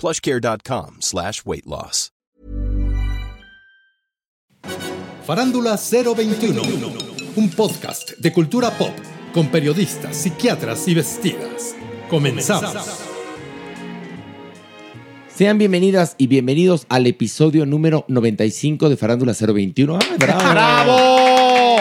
plushcare.com slash weight loss. Farándula 021, un podcast de cultura pop con periodistas, psiquiatras y vestidas. Comenzamos. Sean bienvenidas y bienvenidos al episodio número 95 de Farándula 021. ¡Ay, bravo!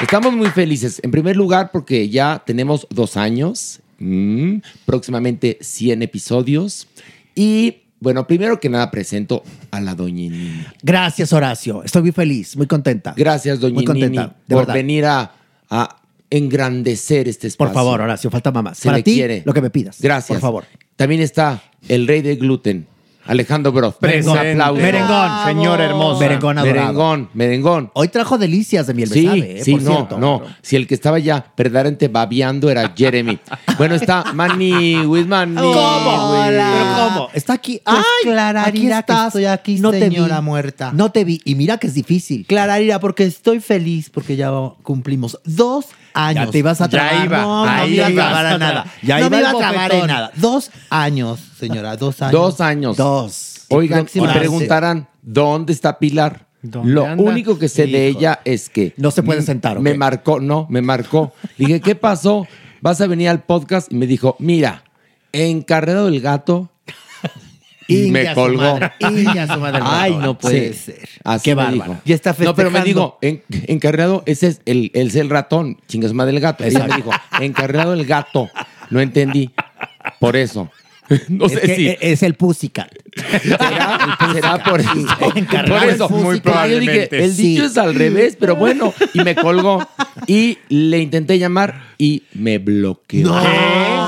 Estamos muy felices. En primer lugar, porque ya tenemos dos años, mm, próximamente 100 episodios. Y bueno, primero que nada presento a la doña Nini. Gracias, Horacio. Estoy muy feliz, muy contenta. Gracias, doña Muy contenta, Nini, de por verdad. venir a, a engrandecer este espacio. Por favor, Horacio, falta mamá. Se Para le ti, quiere. lo que me pidas. Gracias. Por favor. También está el rey del gluten, Alejandro Broz. Merengón. aplauso. Merengón. Señora hermosa. Merengón adorado. Merengón, merengón. Hoy trajo delicias de miel de Sí, sabe, eh, sí, por no, cierto. no. Si el que estaba ya verdaderamente babeando era Jeremy. bueno, está Manny with Manny. ¿Cómo? with- Pero ¿Cómo? Está aquí. ¡Ay! Clararira, que estoy aquí, señora muerta. No te vi. Y mira que es difícil. Clararira, porque estoy feliz porque ya cumplimos dos años. Ya te ibas a tragar. Ya iba. No, no Ahí me iba a ibas. tragar a nada. Ya no iba me iba a el tragar en bofetón. nada. Dos años, señora, dos años. Dos años. Dos. Oigan, y Próxima- preguntarán, ¿dónde está Pilar? ¿Dónde Lo anda? único que sé de Hijo. ella es que... No se puede sentar, ¿ok? Me marcó, no, me marcó. Dije, ¿qué pasó? ¿Vas a venir al podcast? Y me dijo, mira, encarrado el gato... Y Ingue me a su colgó. madre, ingue a su madre. Ay, no puede Sí. ser. Así Qué me bárbara. dijo. Ya está No, pero me dijo, festejando. en- encarreado, ese es el, el, es el ratón, chingas madre del gato. Ella me dijo, encarreado el gato. No entendí. Por eso. No Es, sé que si. e- es el Pussycat. ¿Será, será por eso? Encarnado por eso. el músico. Muy probablemente. Yo dije, el Sí. dicho es al revés, pero bueno. Y me colgó. Y le intenté llamar y me bloqueó.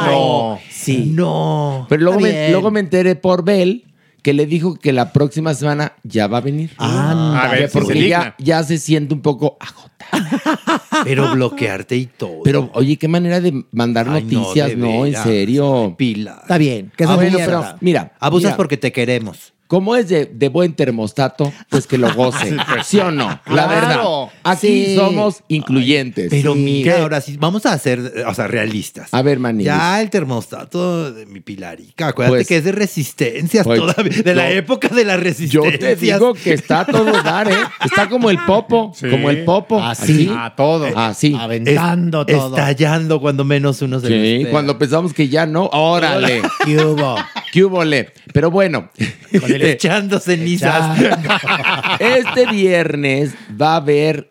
No. Sí. No. Pero luego Está me, bien. luego me enteré por Bel que le dijo que la próxima semana ya va Ah, a venir. Anda. Ya, porque ya, ya se siente un poco ah, agotada. Pero bloquearte y todo. Pero, oye, qué manera de mandar Ay, no, noticias, de ¿no? en veras. serio. Pilar. Está bien. Que esa Ah, es bueno, mierda. pero mira. Abusas mira, porque te queremos. Como es de, de buen termostato, pues que lo goce. ¿Sí o no? La Claro. verdad. Aquí Sí. somos incluyentes. Pero Sí. mira, ahora sí, vamos a ser, o sea, realistas. A ver, Manny. Ya el termostato de mi Pilarica. Acuérdate Pues- que es de resistencias Pues, todavía. De la yo- época de las Yo resistencias. te digo que está a todo dar, ¿eh? Está como el popo, como el popo. Así. Así. todo. Así. Aventando Es- todo. Estallando cuando menos uno se lo Sí, espera. cuando pensamos que ya no, órale, ¿Qué hubo? qué hubo le. Pero bueno, Con el echando cenizas. Este viernes va a haber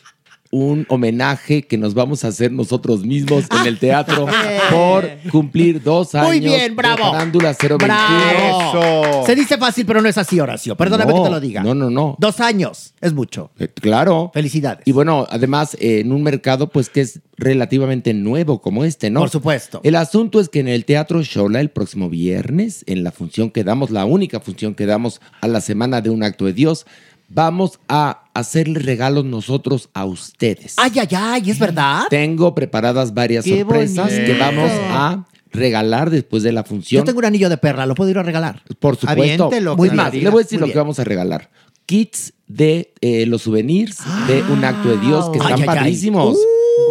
un homenaje que nos vamos a hacer nosotros mismos en el teatro por cumplir dos años Muy bien, bravo. de Farándula 021. Bravo. Se dice fácil, pero no es así, Horacio. Perdóname No, que te lo diga. no, no, no. Dos años es mucho. Eh, Claro. Felicidades. Y bueno, además, eh, en un mercado pues que es relativamente nuevo como este, ¿no? Por supuesto. El asunto es que en el Teatro Shola el próximo viernes, en la función que damos, la única función que damos a la semana de un acto de Dios, vamos a hacerle regalos nosotros a ustedes. Ay, ay, ay, ¿es verdad? Tengo preparadas varias ¡Qué sorpresas bonito! que vamos a regalar después de la función. Yo tengo un anillo de perla, lo puedo ir a regalar. Por supuesto. Aviéntelo, Muy Carla. más, le voy a decir Muy lo bien. que vamos a regalar. Kits de eh, los souvenirs de un acto de Dios que Ah. Ay, están ay, ay. padrísimos.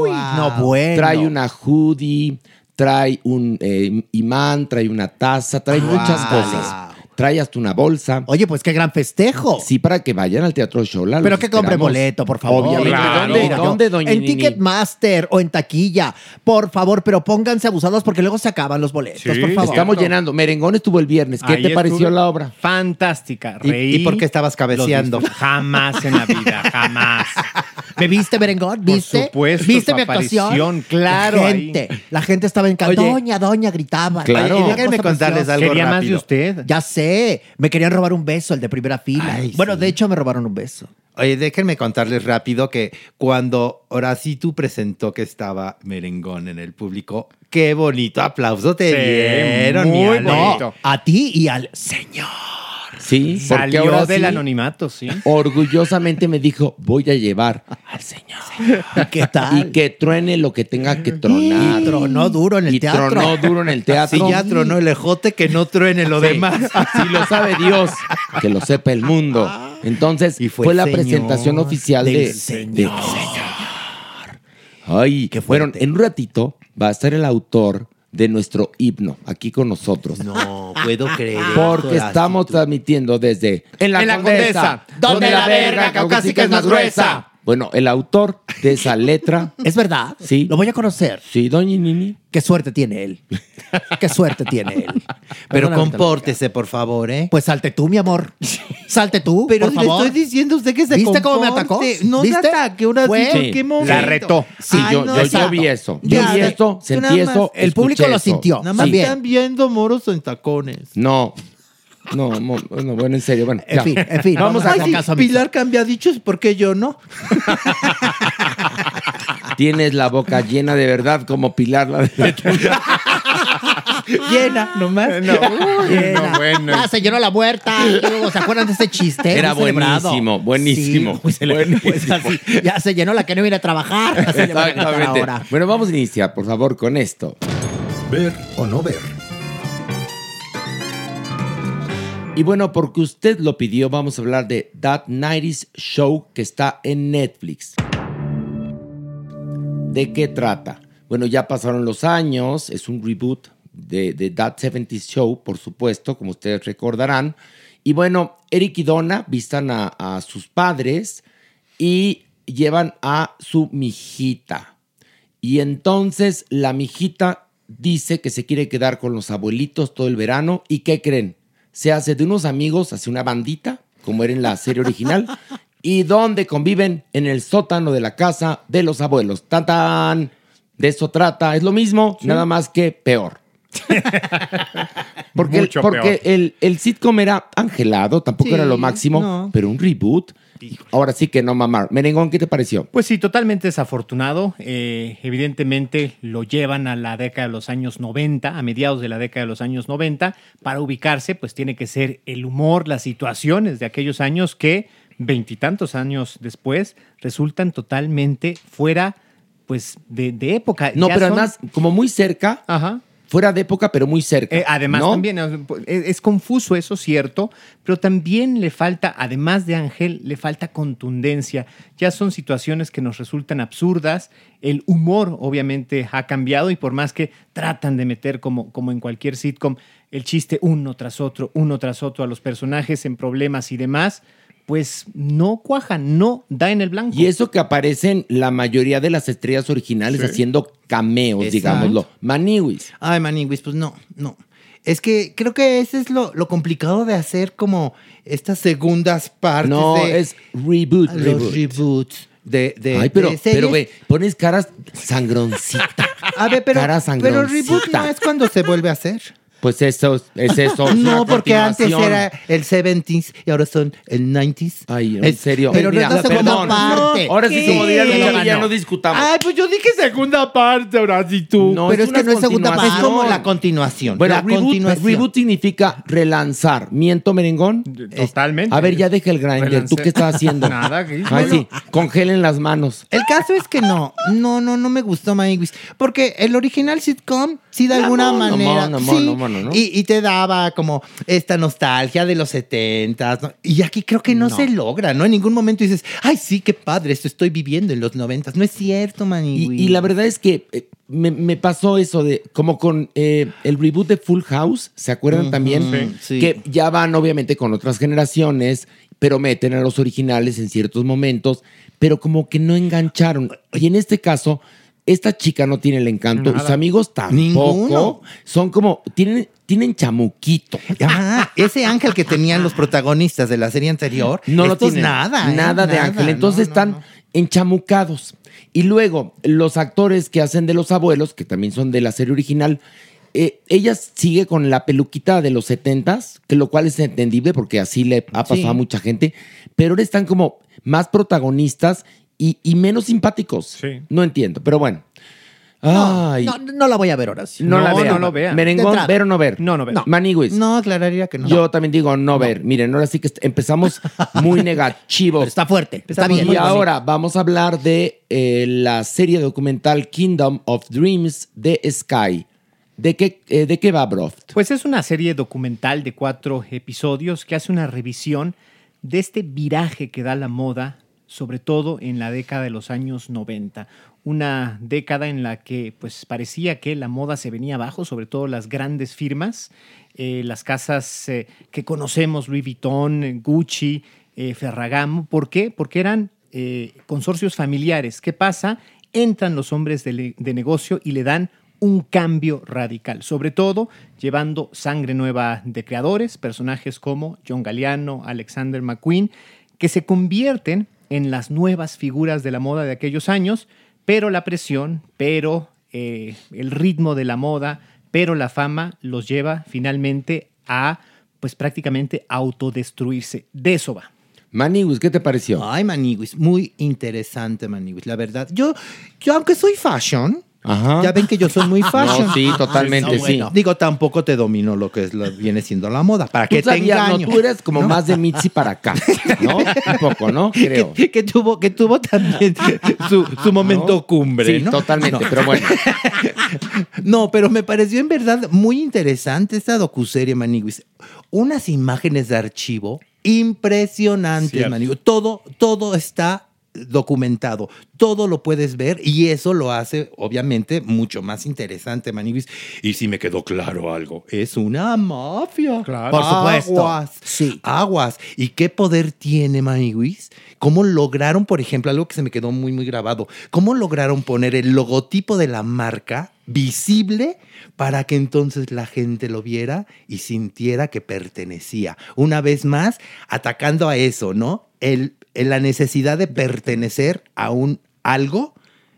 Uy, no, bueno. Trae una hoodie, trae un eh, imán, trae una taza, trae muchas cosas. Trae hasta una bolsa. Ah, Oye, pues qué gran festejo. Sí, para que vayan al Teatro Shola. los Pero que compre esperamos. boleto, por favor. Obviamente. Claro. ¿Dónde, Mira, yo- dónde, doña En Nini? Ticketmaster o en taquilla. Por favor, pero pónganse abusados porque luego se acaban los boletos, Sí, por favor. Estamos Cierto. llenando. Merengón estuvo el viernes. ¿Qué Ahí te pareció estuve. la obra? Fantástica. ¿Y- Reí. y por qué estabas cabeceando? Los disfruté. Jamás en la vida, jamás. Ah, ¿Me viste, Merengón? ¿Viste? Por supuesto, ¿Viste su mi actuación? aparición, claro, La ahí. gente, la gente estaba encantada. Oye. Doña, doña, gritaba. Claro. Una Y déjenme cosa contarles preciosa. Algo Quería más de rápido. usted. Ya sé, me querían robar un beso, el de primera fila. Ay, bueno, sí. de hecho, me robaron un beso. Oye, déjenme contarles rápido que cuando Horacito presentó que estaba merengón en el público, qué bonito aplauso te Sí, dieron. muy mi Ale. bonito. No, a ti y al señor. Sí, porque Salió ahora del sí, anonimato, sí. orgullosamente me dijo, voy a llevar al señor. ¿Y ¿Qué Y tal? que truene lo que tenga que Y tronar. tronó duro en el y teatro. tronó duro en el teatro. Si ya tronó el ejote, que no truene lo Sí. demás. Si lo sabe Dios, que lo sepa el mundo. Ah. Entonces, Y fue fue, la señor presentación oficial del de, señor. del Ay, que fueron. En un ratito va a estar el autor de nuestro himno aquí con nosotros. No puedo creer. Ah, Porque Horacito. estamos transmitiendo desde En la Condesa, donde la verga caucásica es más gruesa. Bueno, el autor de esa letra, Es verdad. Sí. Lo voy a conocer. sí, doña Nini. Qué suerte tiene él. Qué suerte tiene él. Pero Perdóname, compórtese, por favor, ¿eh? Pues salte tú, mi amor. Salte tú, Pero por le favor. estoy diciendo a usted que se ¿Viste cómo me comporte. atacó? No te ¿Viste? ataque, una Fue- así, ¿en Sí. qué La momento? retó. Sí, Ay, yo, no, yo, yo exacto. vi eso. Yo Ya vi sé. esto, Yo nada sentí más- eso. el público escuché lo eso. sintió. Nada Sí. más Bien. están viendo moros en tacones. No. No, mo- no, bueno, en serio, bueno. En ya. fin, en fin. vamos Vamos a a Ay, hacer si caso a mi Pilar cambia dichos, ¿por qué yo no? Tienes la boca llena de verdad como Pilar la de Llena, nomás. Llena. Ah, se llenó la muerta. ¿Se acuerdan de ese chiste? Era Muy celebrado. buenísimo, buenísimo, Sí, muy cele- pues así, ya se llenó la que no viene a trabajar. Así le van a cantar Exactamente. ahora. Bueno, vamos a iniciar, por favor, con esto. Ver o no ver. Y bueno, porque usted lo pidió, vamos a hablar de That 90s Show que está en Netflix. ¿De qué trata? Bueno, ya pasaron los años, es un reboot de, de That 70s Show, por supuesto, como ustedes recordarán. Y bueno, Eric y Donna visitan a, a sus padres y llevan a su mijita. Y entonces la mijita dice que se quiere quedar con los abuelitos todo el verano. ¿Y qué creen? Se hace de unos amigos, hace una bandita, como era en la serie original. ¿Y donde conviven? En el sótano de la casa de los abuelos. ¡Tan, tan! De eso trata. Es lo mismo, nada más que peor. Porque, el, Mucho porque peor. el, el sitcom era angelado, tampoco Sí, era lo máximo, no. pero un reboot. Ahora sí que no mamar. Merengón, ¿qué te pareció? Pues sí, totalmente desafortunado. Eh, evidentemente lo llevan a la década de los años 90, a mediados de la década de los años 90. Para ubicarse, pues tiene que ser el humor, las situaciones de aquellos años que veintitantos años después resultan totalmente fuera pues de, de época. No, Ya pero son- además, como muy cerca, Ajá. fuera de época, pero muy cerca. Eh, además, ¿no? también eh, es, es confuso, eso es cierto, pero también le falta, además de Ángel, le falta contundencia. Ya son situaciones que nos resultan absurdas. El humor, obviamente, ha cambiado y por más que tratan de meter, como, como en cualquier sitcom, el chiste uno tras otro, uno tras otro a los personajes en problemas y demás, pues no cuaja, no da en el blanco. Y eso que aparecen la mayoría de las estrellas originales haciendo cameos, Exacto. digámoslo. Maniwis. Ay, Maniguis, pues no, no. Es que creo que ese es lo, lo complicado de hacer como estas segundas partes. No, de, es reboot. los reboots de, de, Ay, pero, de series. pero güey, pones caras sangroncita. A ver, pero, cara pero sangroncita. reboot no es cuando se vuelve a hacer. Pues eso es- es eso. es una no, porque antes continuación. era el 70s y ahora son el 90s. Ay, en serio. Pero no Mira, es la segunda perdón. parte. Ahora sí, ¿Qué? como diría Sí. Lucha, ya No. no discutamos. Ay, pues yo dije segunda parte, ahora sí tú. No, pero es una que no es segunda continuación. parte. Es como la continuación. Bueno, la reboot, continuación. reboot significa relanzar. ¿Miento, merengón? Totalmente. A ver, ya deja el grinder. Relancé. ¿Tú qué estás haciendo? Nada, ¿qué? Ay, sí. Congelen las manos. El caso es que no, no, no, no me gustó My English. Porque el original sitcom, sí, de No, alguna Ah, no, manera. no, no, sí, no, no, no, no. Y, y te daba como esta nostalgia de los setentas. Y aquí creo que no, se logra, ¿no? En ningún momento dices, ay, sí, qué padre, esto estoy viviendo en los noventas. No es cierto, Man Y, y la verdad es que eh, me, me pasó eso de, como con eh, el reboot de Full House, ¿se acuerdan también? sí. Que ya van obviamente con otras generaciones, pero meten a los originales en ciertos momentos, pero como que no engancharon. Y en este caso, esta chica no tiene el encanto, sus amigos tampoco. Ninguno. Son como, tienen, tienen chamuquito. Ah, ese ángel que tenían los protagonistas de la serie anterior. No lo estos tienen. Nada. ¿eh? Nada de ángel. no, Entonces no, están no. enchamucados. Y luego, los actores que hacen de los abuelos, que también son de la serie original, eh, ella sigue con la peluquita de los setentas, que lo cual es entendible porque así le ha pasado a mucha gente, pero ahora están como más protagonistas y, y menos simpáticos. Sí. No entiendo, pero bueno. No, Ay, no, no la voy a ver ahora sí. no, la no vean. lo vean. De Merengón, entrada. ver o no ver. No, no ver. No. Maniguis. No, aclararía que no. Yo también digo no ver. Miren, ahora sí que est- empezamos muy negativos. Pero está fuerte, está, Está bien. Y muy ahora vamos a hablar de eh, la serie documental Kingdom of Dreams de Sky. ¿De qué, eh, de qué va, Broft? Pues es una serie documental de cuatro episodios que hace una revisión de este viraje que da la moda, sobre todo en la década de los años 90. Una década en la que pues, parecía que la moda se venía abajo, sobre todo las grandes firmas, eh, las casas eh, que conocemos, Louis Vuitton, Gucci, eh, Ferragamo. ¿Por qué? Porque eran eh, consorcios familiares. ¿Qué pasa? Entran los hombres de, le- de negocio y le dan un cambio radical, sobre todo llevando sangre nueva de creadores, personajes como John Galliano, Alexander McQueen, que se convierten en las nuevas figuras de la moda de aquellos años, pero la presión, pero eh, el ritmo de la moda, pero la fama los lleva finalmente a, pues prácticamente, autodestruirse. De eso va. Maniguis, ¿qué te pareció? Ay, Maniguis, muy interesante, Maniguis, la verdad. Yo, yo aunque soy fashion, Ajá. ya ven que yo soy muy fashion. Ah, No, sí, totalmente, sí. Digo, tampoco te domino lo que es la- viene siendo la moda. ¿Para Tú que te sabías, ¿no? engaño? Tú eres como más de Mitzi para acá, ¿no? Un poco, ¿no? Creo. que, que tuvo, que tuvo también su, su momento ¿No? cumbre, Sí, ¿no? totalmente, No. pero bueno. No, pero me pareció en verdad muy interesante esta docuserie, Maniguis. Unas imágenes de archivo impresionantes, Cierto. Maniguis. Todo, todo está documentado, todo lo puedes ver y eso lo hace obviamente mucho más interesante, Maniguis. Y si me quedó claro algo, es una mafia. Claro. Por supuesto. Aguas. Sí. Aguas. ¿Y qué poder tiene Maniguis? ¿Cómo lograron, por ejemplo, algo que se me quedó muy, muy grabado? ¿Cómo lograron poner el logotipo de la marca visible para que entonces la gente lo viera y sintiera que pertenecía? Una vez más, atacando a eso, ¿no? El, el- la necesidad de pertenecer a un algo.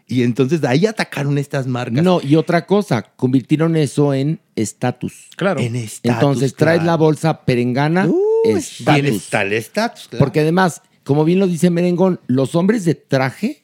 Y entonces de ahí atacaron estas marcas. No, y otra cosa, convirtieron eso en estatus. Claro. En estatus, Entonces traes claro. la bolsa perengana, Uy, bien estatus. está el estatus. claro. Porque además, como bien lo dice Merengón, los hombres de traje,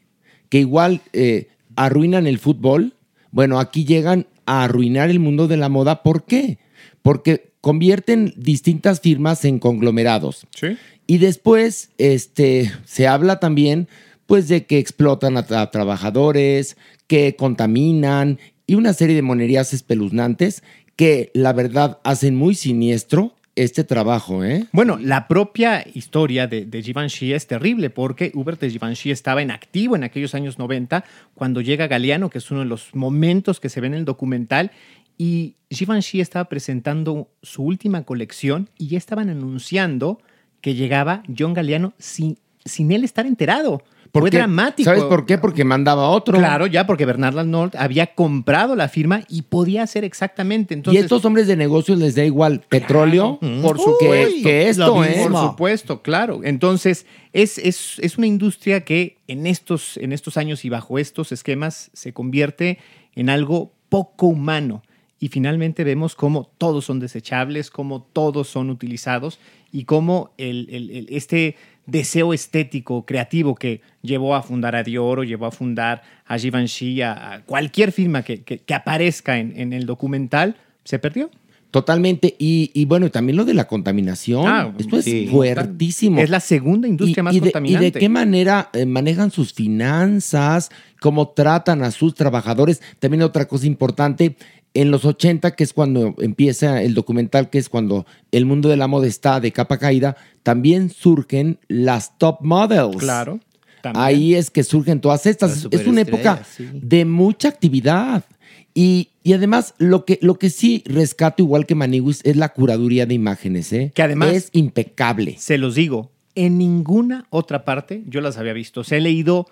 que igual eh, arruinan el fútbol, bueno, aquí llegan a arruinar el mundo de la moda. ¿Por qué? Porque convierten distintas firmas en conglomerados. Sí. Y después, este, se habla también, pues, de que explotan a, tra- trabajadores, que contaminan y una serie de monerías espeluznantes que, la verdad, hacen muy siniestro este trabajo, ¿eh? Bueno, la propia historia de, de Givenchy es terrible porque Hubert de Givenchy estaba en activo en aquellos años 90 cuando llega Galeano, que es uno de los momentos que se ve en el documental, y Givenchy estaba presentando su última colección y ya estaban anunciando que llegaba John Galeano sin, sin él estar enterado. Fue Porque, dramático. ¿Sabes por qué? Porque mandaba otro. Claro, ya porque Bernard Arnault había comprado la firma y podía hacer exactamente. Entonces, y estos hombres de negocios les da igual petróleo por su que, Uy, que esto, lo ¿eh? Por mismo. supuesto, claro. Entonces, es, es- es una industria que en estos, en estos años y bajo estos esquemas se convierte en algo poco humano. y finalmente vemos cómo todos son desechables, cómo todos son utilizados y cómo el, el- el- este deseo estético, creativo que llevó a fundar a Dior o llevó a fundar a Givenchy, a, a cualquier firma que, que- que aparezca en, en el documental, se perdió. Totalmente. Y, y bueno, y también lo de la contaminación. Ah, Esto sí. es fuertísimo. Es la segunda industria más de- contaminante. ¿Y de qué manera eh, manejan sus finanzas? ¿Cómo tratan a sus trabajadores? También otra cosa importante, en los 80, que es cuando empieza el documental, que es cuando el mundo de la moda está de capa caída, también surgen las top models. Claro. también. Ahí es que surgen todas estas. Las Es una época superestrellas, sí. de mucha actividad. Y, y además, lo que, lo que sí rescato, igual que Maniwis, es la curaduría de imágenes, ¿eh? Que además- Es impecable. Se los digo, en ninguna otra parte yo las había visto. O sea, he leído,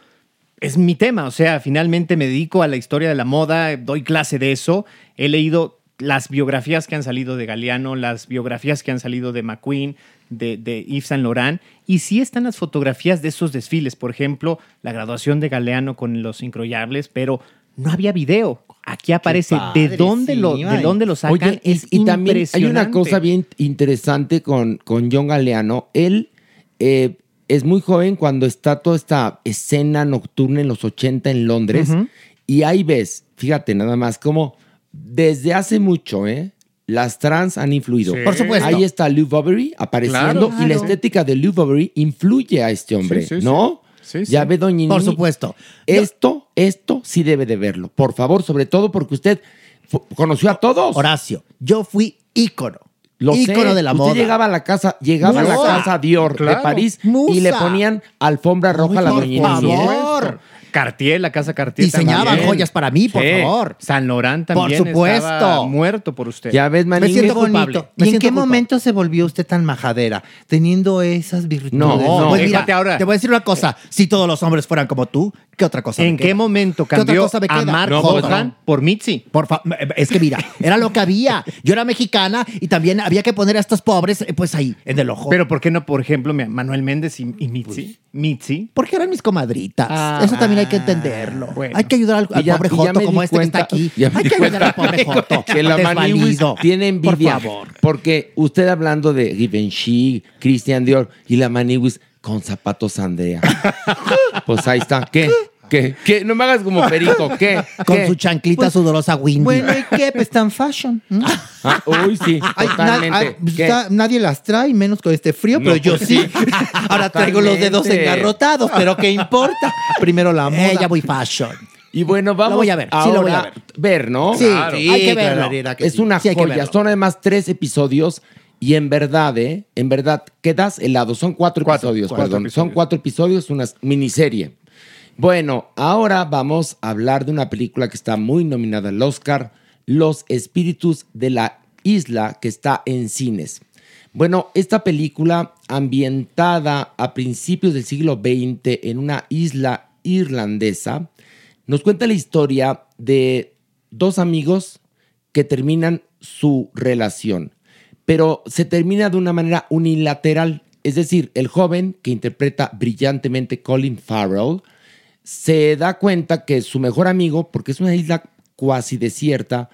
es mi tema, o sea, finalmente me dedico a la historia de la moda, doy clase de eso, he leído las biografías que han salido de Galeano, las biografías que han salido de McQueen, de, de Yves Saint Laurent, y sí están las fotografías de esos desfiles, por ejemplo, la graduación de Galeano con los incroyables, pero no había video. Aquí aparece padre, de dónde sí, lo de ay. dónde lo sacan Oye, y- es y, también hay una impresionante. cosa bien interesante con, con John Galeano. Él eh, es muy joven cuando está toda esta escena nocturna en los 80 en Londres. Ujú. Y ahí ves, fíjate nada más, como desde hace mucho, ¿eh? Las trans han influido. Sí. Por supuesto. Ahí está Lou Bovary apareciendo Claro, y la claro. estética de Lou Bovary influye a este hombre, Sí, sí, sí. ¿no? Sí, sí. Ya ve, Doña Por Nini, supuesto. Esto, esto sí debe de verlo. Por favor, sobre todo porque usted fu- conoció a todos. Horacio, yo fui ícono. Lo sé. ícono de la Usted moda. llegaba a la casa, llegaba a la Musa. casa Dior Claro. de París y Musa. le ponían alfombra roja a la Por doña Nini, ¿eh? favor. Cartier, la casa Cartier. Diseñaban también. joyas para mí, por favor. San Laurent Por también. supuesto. estaba muerto por usted. Ya ves, Manín, Me siento qué culpable. bonito. Me ¿Y en siento qué culpable. momento se volvió usted tan majadera? Teniendo esas virtudes. No, no, Pues déjate ahora. Te voy a decir una cosa. Si todos los hombres fueran como tú, ¿qué otra cosa ¿En qué momento cambió a Mark pues, Hoffman por Mitzi? Por fa- eh, Es que mira, era lo que había. Yo era mexicana y también había que poner a estos pobres, eh, pues ahí, en el ojo. Pero ¿por qué no, por ejemplo, mi- Manuel Méndez y, y Mitzi? Mitzi. Porque eran mis comadritas. Ah. Eso también hay que entenderlo. Bueno. Hay que ayudar al, al Y ya- pobre y ya Joto me como di este cuenta- que está ya aquí. me Hay di que ayudar al cuenta pobre Joto. Que la Maniwis Desvalido. tiene envidia. Por favor. Porque usted hablando de Givenchy, Christian Dior y la Maniwis con zapatos Andrea. pues ahí está. ¿Qué? ¿Qué? ¿Qué? No me hagas como perico. ¿Qué? Con ¿Qué? Pues, su chanclita sudorosa Windy. Bueno, ¿y qué? Pues tan fashion. ¿m? Ah, uy, Ay, sí, na- ay, totalmente. pues, ¿Qué? está- nadie las trae, menos con este frío, pero No, yo pues, sí. sí. Ahora traigo los dedos Totalmente. engarrotados, pero ¿qué importa? Primero la moda. Ella muy fashion. Y bueno, vamos voy a ver, sí lo voy a ahora ver, ¿no? Sí, Claro. sí, hay que verlo. clarera que es sí. una Sí, hay que joya. verlo. Son además tres episodios y en verdad, ¿eh? En verdad, quedas helado. Son cuatro, episodios, cuatro perdón. episodios. Son cuatro episodios, una miniserie. Bueno, ahora vamos a hablar de una película que está muy nominada al Oscar, Los Espíritus de la Isla, que está en cines. Bueno, esta película ambientada a principios del siglo XX en una isla irlandesa, nos cuenta la historia de dos amigos que terminan su relación, pero se termina de una manera unilateral. Es decir, el joven que interpreta brillantemente Colin Farrell se da cuenta que su mejor amigo, porque es una isla cuasi desierta,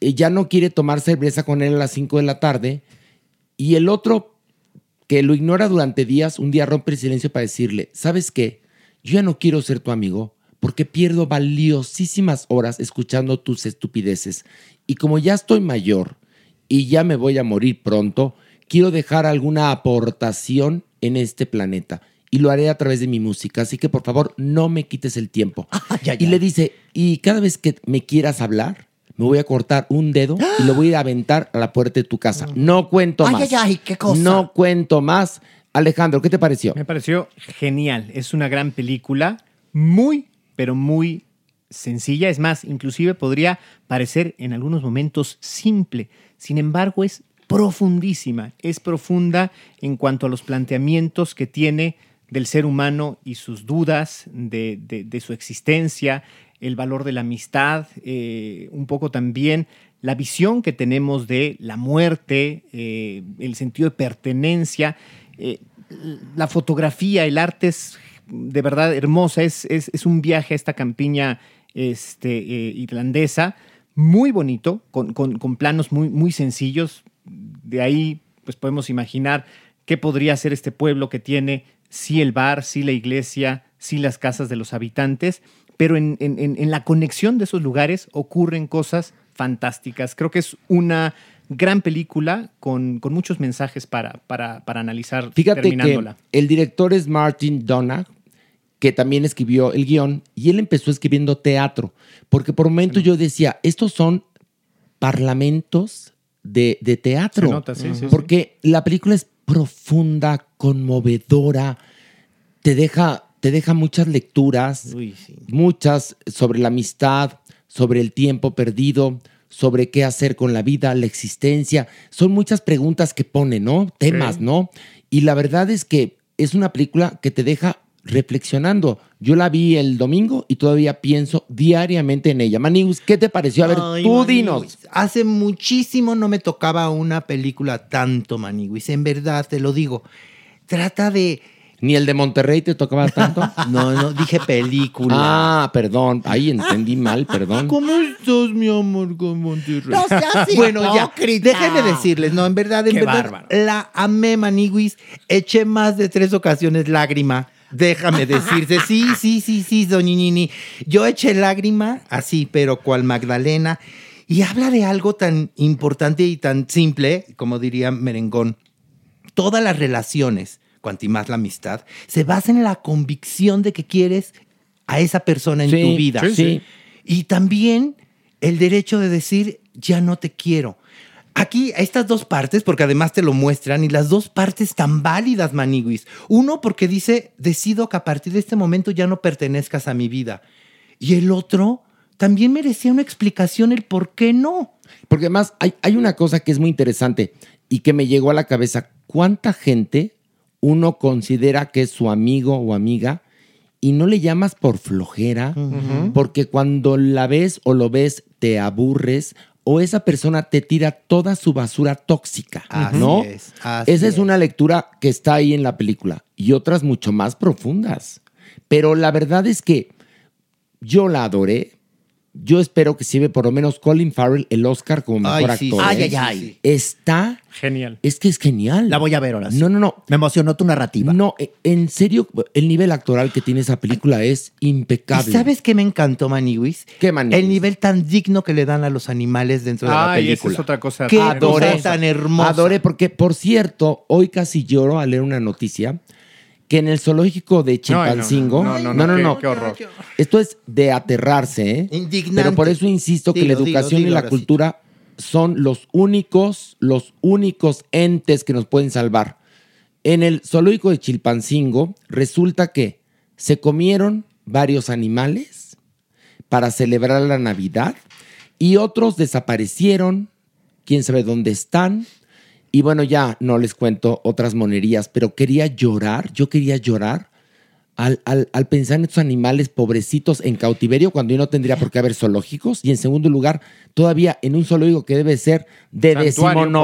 eh, ya no quiere tomar cerveza con él a las 5 de la tarde y el otro que lo ignora durante días, un día rompe el silencio para decirle, ¿sabes qué? Yo ya no quiero ser tu amigo porque pierdo valiosísimas horas escuchando tus estupideces. Y como ya estoy mayor y ya me voy a morir pronto, quiero dejar alguna aportación en este planeta. Y lo haré a través de mi música. Así que por favor, no me quites el tiempo. ya, Y le dice, y cada vez que me quieras hablar, me voy a cortar un dedo y lo voy a ir a aventar a la puerta de tu casa. No cuento Mm. Ay, más. ay, ay, qué cosa. No cuento más. Alejandro, ¿qué te pareció? Me pareció genial. Es una gran película, muy, pero muy sencilla. Es más, inclusive podría parecer en algunos momentos simple. Sin embargo, es profundísima. Es profunda en cuanto a los planteamientos que tiene del ser humano y sus dudas de, de- de su existencia, el valor de la amistad, eh, un poco también la visión que tenemos de la muerte, eh, el sentido de pertenencia. eh, la fotografía, el arte es de verdad hermosa. Es, es, es un viaje a esta campiña este, eh, irlandesa muy bonito, con, con- con planos muy, muy sencillos. De ahí, pues podemos imaginar qué podría ser este pueblo que tiene sí el bar, sí la iglesia, sí las casas de los habitantes, pero en, en- en- en la conexión de esos lugares ocurren cosas fantásticas. Creo que es una gran película con, con muchos mensajes para, para, para analizar Fíjate que terminándola. el director es Martin Donagh, que también escribió el guión, y él empezó escribiendo teatro, porque por momentos yo decía, estos son parlamentos de, de teatro. Se nota, sí, sí, sí. porque la película es profunda, conmovedora, te deja, te deja muchas lecturas, muchas sobre la amistad, sobre el tiempo perdido, sobre qué hacer con la vida, la existencia. Son muchas preguntas que pone, ¿no? Temas, ¿no? Y la verdad es que es una película que te deja reflexionando. Yo la vi el domingo y todavía pienso diariamente en ella. Manigus, ¿qué te pareció? Pues A ver, Ay, tú Maniwis, dinos. Hace muchísimo no me tocaba una película tanto, Maniwis. En verdad, te lo digo. Trata de. ¿Ni el de Monterrey te tocaba tanto? no, no, dije película. Ah, perdón. Ahí entendí mal, perdón. ¿Cómo estás, mi amor, con Monterrey? No seas Bueno, ya, hipócrita. déjenme decirles, no, en verdad, en Qué verdad, bárbaro. la amé, Maniwis. Eché más de tres ocasiones lágrima. Déjame decirse, sí, sí, sí, sí, doñinini. Yo eché lágrima, así, pero cual Magdalena. Y habla de algo tan importante y tan simple, como diría Merengón todas las relaciones, cuanto más la amistad, se basa en la convicción de que quieres a esa persona en Sí, tu vida. sí, sí. Y también el derecho de decir, ya no te quiero. Aquí, estas dos partes, porque además te lo muestran, y las dos partes tan válidas, Maniguis. Uno, porque dice, decido que a partir de este momento ya no pertenezcas a mi vida. Y el otro, también merecía una explicación el por qué no. Porque además hay, hay una cosa que es muy interesante y que me llegó a la cabeza. ¿Cuánta gente uno considera que es su amigo o amiga y no le llamas por flojera? Ujú. Porque cuando la ves o lo ves, te aburres o esa persona te tira toda su basura tóxica, Así ¿no? es, así esa es una lectura que está ahí en la película y otras mucho más profundas. Pero la verdad es que yo la adoré. Yo espero que sirve por lo menos Colin Farrell el Oscar como mejor Ay, sí, actor. sí, ¿eh? sí, Ay, sí, ay, sí. Está. Genial. Es que es genial. La voy a ver ahora. No, no, no. Me emocionó tu narrativa. No, e- en serio, el nivel actoral que tiene esa película es impecable. ¿Y sabes qué me encantó, Maniwis? ¿Qué El nivel tan digno que le dan a los animales dentro de la Ay, película. esa es otra cosa Ah, Qué tan cosa hermosa. tan hermosa. Adoré, porque por cierto, hoy casi lloro al leer una noticia que en el zoológico de Chimpancingo. No, no, no, no, qué- qué horror. Esto es de aterrarse, ¿eh? Indignante. Pero por eso insisto que Dilo, la dilo, educación dilo, y la ahora sí. cultura son los únicos, los únicos entes que nos pueden salvar. En el zoológico de Chilpancingo resulta que se comieron varios animales para celebrar la Navidad y otros desaparecieron, quién sabe dónde están. Y bueno, ya no les cuento otras monerías, pero quería llorar, yo quería llorar al, al- al pensar en estos animales pobrecitos en cautiverio, cuando yo no tendría por qué haber zoológicos. Y en segundo lugar, todavía en un zoológico que debe ser Santuario, de por lo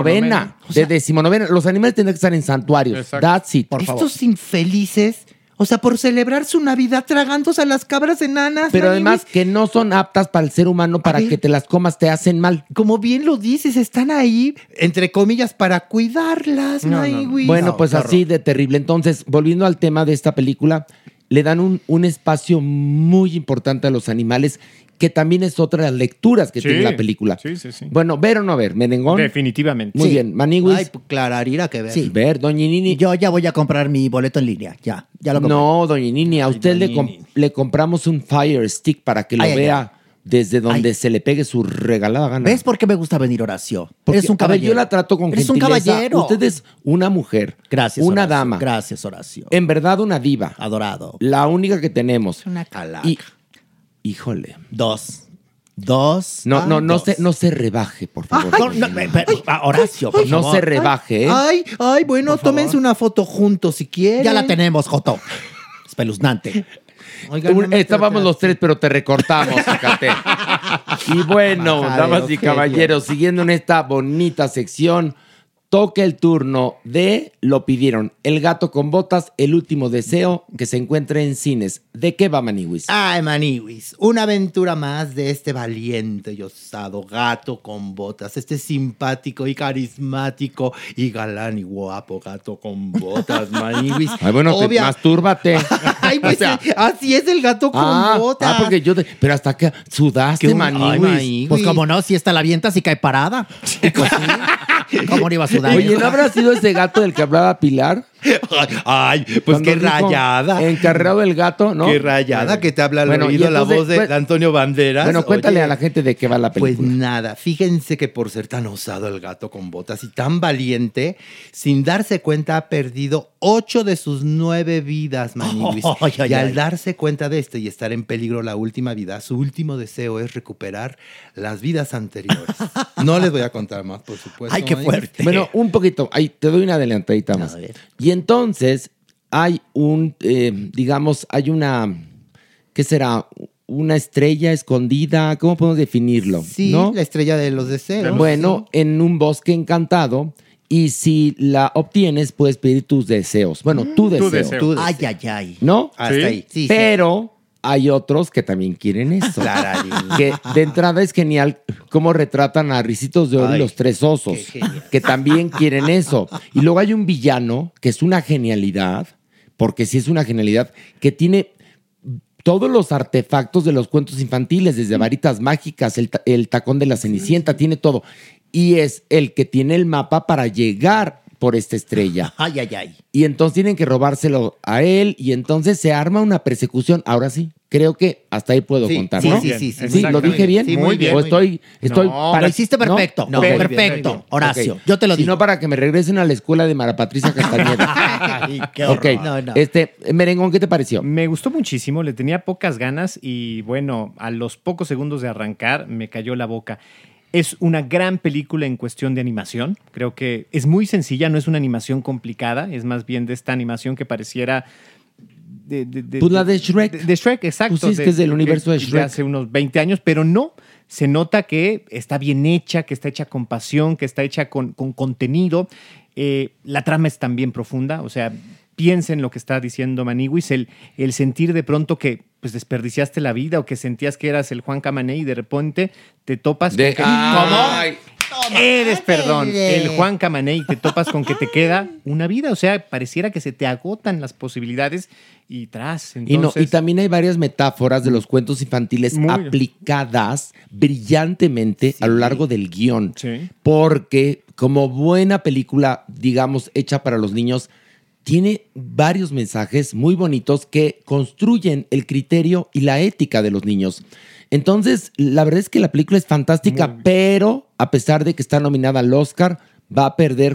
decimonovena. menos. O sea- de decimonovena. Los animales tendrían que estar en santuarios. Exacto. That's it, Ah, por favor. Estos infelices, o sea, por celebrar su Navidad tragándose a las cabras enanas. Pero Maniwis. además que no son aptas para el ser humano, para que te las comas te hacen mal. Como bien lo dices, están ahí, entre comillas, para cuidarlas, Maniwis. Bueno, pues así de terrible. Entonces, volviendo al tema de esta película, le dan un, un espacio muy importante a los animales, que también es otra de las lecturas que Sí, tiene la película. sí, sí, sí. Bueno, ver o no ver, Merengón. Definitivamente. Muy Sí. bien, Maniguis. Ay, Clararira que Sí, ver, Doñinini. Yo ya voy a comprar mi boleto en línea, ya. ya lo compré. No, Doñinini, a usted le, com- le compramos un Fire Stick para que lo Ay, ay, vea desde donde se le pegue su regalada gana. ¿Ves por qué me gusta venir, Horacio? Porque, Eres un a ver, caballero. yo la trato con Eres gentileza. un caballero. Usted es una mujer. Gracias, Una Horacio. dama. Gracias, Horacio. En verdad, una diva. Adorado. La única que tenemos. Una calaca. Y, híjole. Dos. Dos. No, no, no tantos. se, no se rebaje, por favor. Ay, no, no, pero, ah, Horacio, por No favor. se rebaje, ¿eh? Ay, ay, bueno, tómense una foto juntos si quieren. Ya la tenemos, Joto. Espeluznante. Oigan, Un- no me estábamos trate los tres, pero te recortamos, fíjate. y bueno, Majadero, damas y Sergio. caballeros, siguiendo en esta bonita sección, Toca el turno de Lo pidieron. El gato con botas, el último deseo que se encuentre en cines. ¿De qué va Maniwis? Ay, Maniwis, una aventura más de este valiente y osado gato con botas, este simpático y carismático y galán y guapo gato con botas, Maniwis. Ay, Ah, bueno, te- Obvia- mastúrbate. Ay, pues, eh, así es el gato con ah, botas. ah, porque yo te- Pero hasta que sudaste, Maniwis. Pues como no, si esta la avientas y cae parada. pues ¿Cómo no iba a sudar? Oye, ¿no habrá sido ese gato del que hablaba Pilar? Ay, pues Cuando qué dijo, rayada. Encarreado el gato, ¿no? Qué rayada que te habla al Bueno, y oído la entonces, voz de pues- Antonio Banderas. Bueno, cuéntale Oye, a la gente de qué va la película. Pues nada, fíjense que por ser tan osado el gato con botas y tan valiente, sin darse cuenta ha perdido ocho de sus nueve vidas, Maniwis. Ay, ay, y al ay. darse cuenta de esto y estar en peligro la última vida, su último deseo es recuperar las vidas anteriores. no les voy a contar más, por supuesto. Ay, qué Maniwis. fuerte. Bueno, un poquito. Ahí te doy una adelantadita más. Y entonces hay un, eh, digamos, hay una, ¿qué será? Una estrella escondida, ¿cómo podemos definirlo? Sí, ¿No? la estrella de los deseos. Bueno, en un bosque encantado. Y si la obtienes, puedes pedir tus deseos. Bueno, tu deseo. deseo. Tú Ay, desea. ay, ay. ¿No? Hasta Sí. ahí. Sí, sí. Pero hay otros que también quieren eso. Clararín. que de entrada es genial cómo retratan a Ricitos de Oro y Ay, los tres osos, qué genial. que también quieren eso. Y luego hay un villano que es una genialidad, porque sí es una genialidad, que tiene todos los artefactos de los cuentos infantiles, desde varitas mágicas, el, ta- el tacón de la Cenicienta, tiene todo. Y es el que tiene el mapa para llegar por esta estrella. Ay, ay, ay. Y entonces tienen que robárselo a él y entonces se arma una persecución. Ahora sí, creo que hasta ahí puedo Sí, contar, sí, ¿no? sí, sí, sí. sí, ¿Lo exactamente. dije bien? Sí, muy bien, O muy estoy, estoy No, lo hiciste perfecto. No, No, ok. perfecto, Ok. Horacio. Yo te lo Si digo. no, para que me regresen a la escuela de Mara Patricia Castañeda. Ay, qué horror. ok. No, no. Este, Merengón, ¿qué te pareció? Me gustó muchísimo, le tenía pocas ganas y bueno, a los pocos segundos de arrancar me cayó la boca. Es una gran película en cuestión de animación. Creo que es muy sencilla, no es una animación complicada, es más bien de esta animación que pareciera. De, de- de- Pues la de Shrek. De, de Shrek, exacto. Pues sí, es que es del universo de Shrek. hace unos 20 años, pero no. Se nota que está bien hecha, que está hecha con pasión, que está hecha con, con contenido. Eh, la trama es también profunda, o sea, piensa en lo que está diciendo Maniwis, el, el sentir de pronto que pues, desperdiciaste la vida o que sentías que eras el Juan Camaney y de repente te topas De- con que- Ah. Ay. Ah, Eres, perdón, ándale. el Juan Camaney, te topas con que te queda una vida, o sea, pareciera que se te agotan las posibilidades y tras, Y, no, entonces... Mm. y también hay varias metáforas de los cuentos infantiles Muy. aplicadas brillantemente a lo largo del guión. Sí. Porque como buena película, digamos, hecha para los niños, tiene varios mensajes muy bonitos que construyen el criterio y la ética de los niños. Entonces, la verdad es que la película es fantástica, pero a pesar de que está nominada al Oscar, va a perder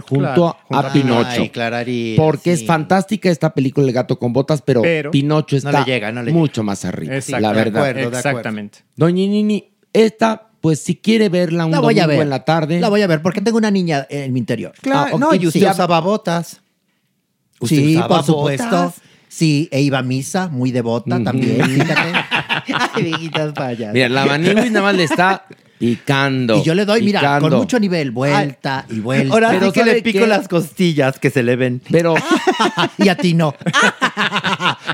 Claro, junto, junto a, a Pinocho. Ay, Clararín, Porque sí. es fantástica esta película El gato con botas, pero, Pero- Pinocho está No le llega, no le llega. mucho más arriba. Exacto. la De verdad. acuerdo. de acuerdo. Exactamente. Doña Nini, esta, pues si quiere verla un La voy domingo a ver. en la tarde. La voy a ver porque tengo una niña en mi interior. Claro, Ah, ok, no, y usted sí. usaba botas. Usted sí, usaba por supuesto. botas. Sí, e iba a misa, muy devota Ujú. también, fíjate. Ay, viejitas payas. Mira, la Maniwis nada más le está picando. y yo le doy, mira, picando. con mucho nivel, vuelta y vuelta. Ahora Pero sí que ¿sabe le pico qué? las costillas que se le ven. Pero, Ah, y a ti no.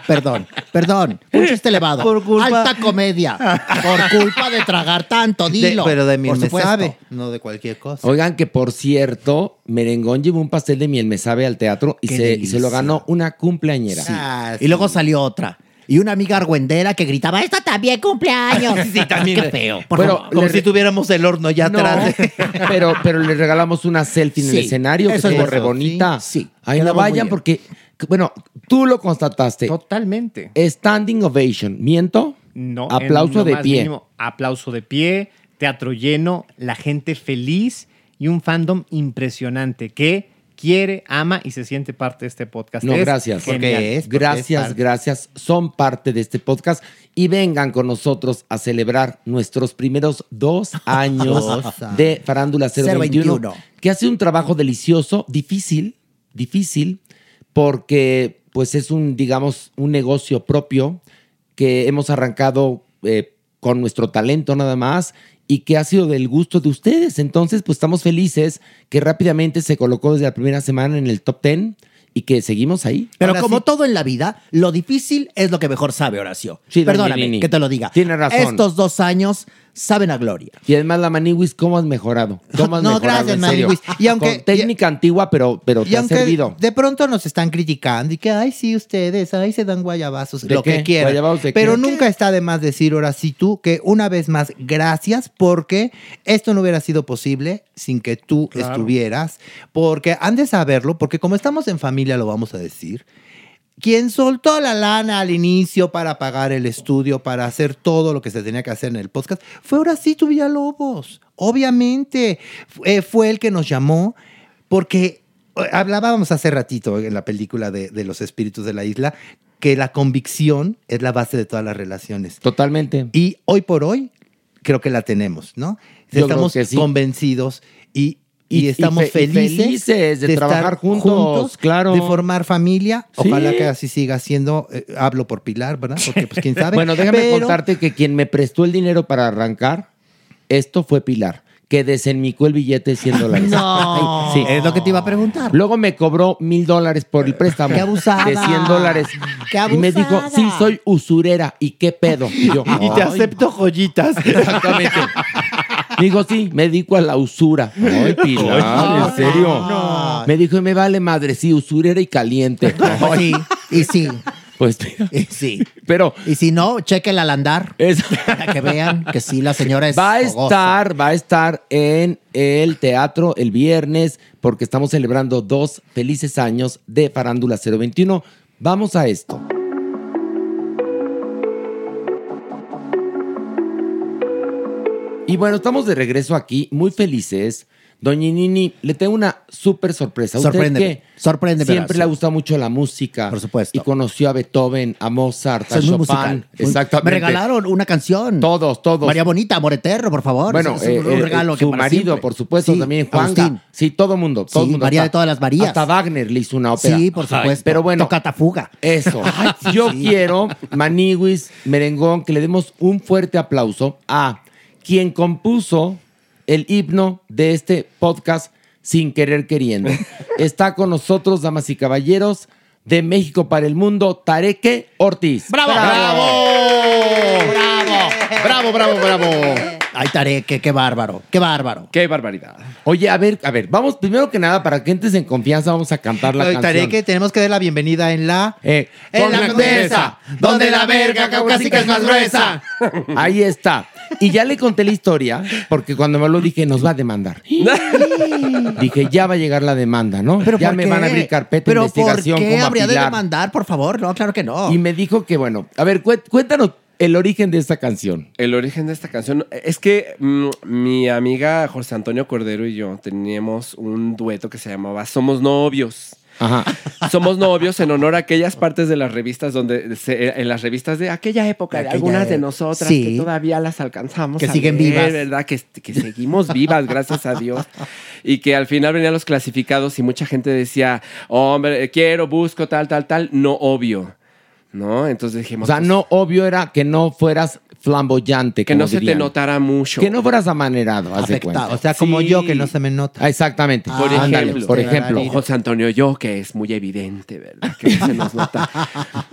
perdón, perdón. Mucho este elevado. Por culpa- Alta comedia. Por culpa de tragar tanto, De- dilo. pero de mí por me supuesto. sabe, no de cualquier cosa. oigan, que por cierto, Merengón llevó un pastel de miel, me sabe, al teatro y, Qué se, y se lo delicia. ganó una cumpleañera. Ah, Y luego salió otra. Y una amiga argüendera que gritaba, ¡Esta también cumpleaños! sí, también. Qué feo. Por Bueno, favor. como le- si tuviéramos el horno ya No, atrás. pero, pero le regalamos una selfie en el Sí, escenario que eso es corre bueno, bonita. sí, sí. Ahí no Quedamos muy vayan bien. porque, bueno, tú lo constataste. Totalmente. Standing ovation, ¿miento? No. en Aplauso lo de más pie. mínimo, aplauso de pie, teatro lleno, la gente feliz y un fandom impresionante que quiere, ama y se siente parte de este podcast. No, Es gracias. genial. Porque es- gracias, parte. gracias. Son parte de este podcast y vengan con nosotros a celebrar nuestros primeros dos años Dos años. de Farándula 021, 021. que hace un trabajo delicioso, difícil, difícil, porque pues es un, digamos, un negocio propio que hemos arrancado eh, con nuestro talento nada más y que ha sido del gusto de ustedes. Entonces, pues estamos felices que rápidamente se colocó desde la primera semana en el top 10 y que seguimos ahí. Pero Ahora como sí. todo en la vida, lo difícil es lo que mejor sabe Horacio. Sí, Perdóname Nini. que te lo diga. Tiene razón. Estos dos años saben a gloria. Y además la Maniwis, ¿cómo has mejorado? ¿Cómo has No, mejorado, gracias, en serio? Maniwis. Y aunque- Con técnica antigua, pero, pero y te ha aunque servido. de pronto nos están criticando y que, ay, sí, ustedes, ay, se dan guayabazos, ¿De lo qué? que quieran. ¿Guayabazos de Pero qué? nunca está de más decir, ahora sí tú, que una vez más, gracias, porque esto no hubiera sido posible sin que tú Claro. estuvieras, porque han de saberlo, porque como estamos en familia, lo vamos a decir. Quien soltó la lana al inicio para pagar el estudio, para hacer todo lo que se tenía que hacer en el podcast, fue Horacito Villalobos. Obviamente, Fu- eh, fue el que nos llamó porque eh, hablábamos hace ratito en la película de, de los espíritus de la isla que la convicción es la base de todas las relaciones. Totalmente. Y hoy por hoy creo que la tenemos, ¿no? Yo creo estamos que sí. convencidos y, y Y- y estamos fe- y felices, felices de trabajar juntos, claro. de formar familia. Sí. Ojalá que así siga siendo. eh, hablo por Pilar, ¿verdad? Porque pues quién sabe. Bueno, déjame Pero- contarte que quien me prestó el dinero para arrancar, esto fue Pilar, que desenmicó el billete de 100 dólares. No, Sí. es lo que te iba a preguntar. Luego me cobró mil dólares por el préstamo. Qué abusada. De 100 dólares. Qué Y me dijo, abusada. sí, soy usurera. ¿Y qué pedo? Y yo, Y te acepto joyitas. Exactamente. Digo, sí, me dedico a la usura. Ay, Pilar, en serio. No. Me dijo, me vale madre, sí, usurera y caliente. Pues sí, y sí, Pues, mira, y Eh, sí. pero Y si no, chequenla al andar. es- Para que vean que sí, la señora es. va a fogosa. estar, va a estar en el teatro el viernes, porque estamos celebrando dos felices años de Farándula 021. Vamos a esto. Y bueno, estamos de regreso aquí, muy felices. Doña Nini, le tengo una súper sorpresa. Usted Sorpréndeme, que sorpréndeme, Siempre Horacio. le ha gustado mucho la música. Por supuesto. Y conoció a Beethoven, a Mozart, a Soy muy Chopin. musical. Muy- Exactamente. Me regalaron una canción. Todos, todos. María Bonita, Moreterro, por favor. Bueno, Ese es un eh, eh, regalo que su para marido, siempre. por supuesto, Sí, también Juan. Agustín. Sí, todo mundo, todo Sí, mundo. María hasta- de todas las Marías. Hasta Wagner le hizo una ópera. Sí, por Ay, supuesto. Pero bueno, Tocata fuga. eso. Yo quiero, Maniwis, Merengón, que le demos un fuerte aplauso a quien compuso el himno de este podcast sin querer queriendo. Está con nosotros, damas y caballeros, de México para el mundo, Tareque Ortiz. ¡Bravo! ¡Bravo, bravo, bravo! Ay, Tareque, qué bárbaro, qué bárbaro. ¡Qué barbaridad! Oye, a ver, a ver, vamos primero que nada, para que entres en confianza, vamos a cantar la Ay, canción. Tareque, tenemos que dar la bienvenida en la... Eh, En la condesa, donde la verga caucásica es más gruesa. Ahí está. Y ya le conté la historia, porque cuando me lo dije, nos va a demandar. dije, ya va a llegar la demanda, ¿no? ya ¿por me qué? van a abrir carpeta de ¿Pero investigación ¿Por qué como a habría de Pilar. demandar, por favor? No, claro que no. Y me dijo que, bueno, a ver, cué- cuéntanos el origen de esta canción. El origen de esta canción es que mm, mi amiga José Antonio Cordero y yo teníamos un dueto que se llamaba Somos Novios. Ajá. Somos novios en honor a aquellas partes de las revistas donde se- en las revistas de aquella época de Aquella algunas de época. nosotras Sí. que todavía las alcanzamos Que a siguen leer, vivas. verdad que, que seguimos vivas gracias a Dios y que al final venían los clasificados y mucha gente decía hombre eh, quiero busco tal tal tal no obvio no entonces O dijimos sea, pues, no obvio era que no fueras flamboyante. que como no se te dirían. notara mucho Que no fueras amanerado, haz de Afectado. cuenta. O sea, como Sí. yo, que no se me nota. Ah, Exactamente. Por Ándale, ejemplo. por ejemplo. José Antonio yo, que es muy evidente, ¿verdad? Que se nos nota.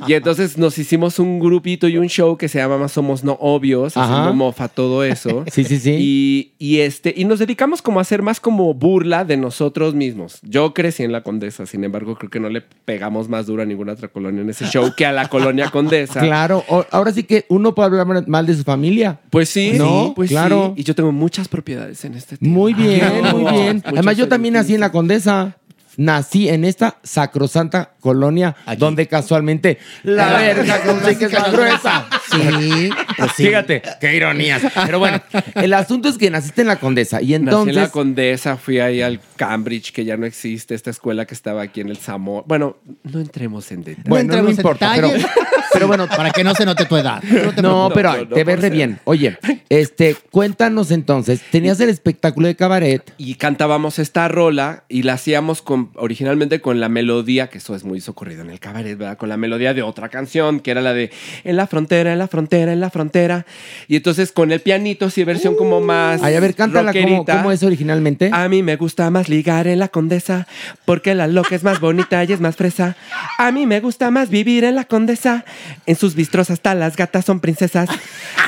Y entonces nos hicimos un grupito y un show que se llama Somos No Obvios, Ajá. haciendo mofa todo eso. Sí, sí, sí. Y, y este, y nos dedicamos como a hacer más como burla de nosotros mismos. Yo crecí en la Condesa, sin embargo, creo que no le pegamos más duro a ninguna otra colonia en ese show que a la colonia Condesa. Claro, o- ahora sí que uno puede hablar mal de su familia. Pues sí, No, pues claro. claro. Y yo tengo muchas propiedades en este tema. Muy bien, No. muy bien. Muchos Además, yo también nací en edificios. la Condesa. Nací en esta sacrosanta colonia donde casualmente la verga con que es más gruesa. Sí, pues sí. Fíjate, qué ironías. Pero bueno, el asunto es que naciste en la Condesa y Nací en la entonces Condesa, fui ahí al Cambridge, que ya no existe, esta escuela que estaba aquí en el Zamora. Bueno, no entremos en detalle. bueno, no entremos en importa, pero detalles. Pero bueno, para que no se note tu edad. No, te no pero no, no, te ves re bien. Oye, este, cuéntanos entonces, tenías el espectáculo de cabaret. Y cantábamos esta rola y la hacíamos con, originalmente con la melodía, que eso es muy socorrido en el cabaret, ¿verdad? Con la melodía de otra canción, que era la de En la frontera, en la frontera, en la frontera. Y entonces con el pianito, sí, versión uh, como más. Ay, a ver, cántala como, como, es originalmente. A mí me gusta más ligar en la condesa, porque la loca es más bonita y es más fresa. A mí me gusta más vivir en la condesa. En sus bistros hasta las gatas son princesas.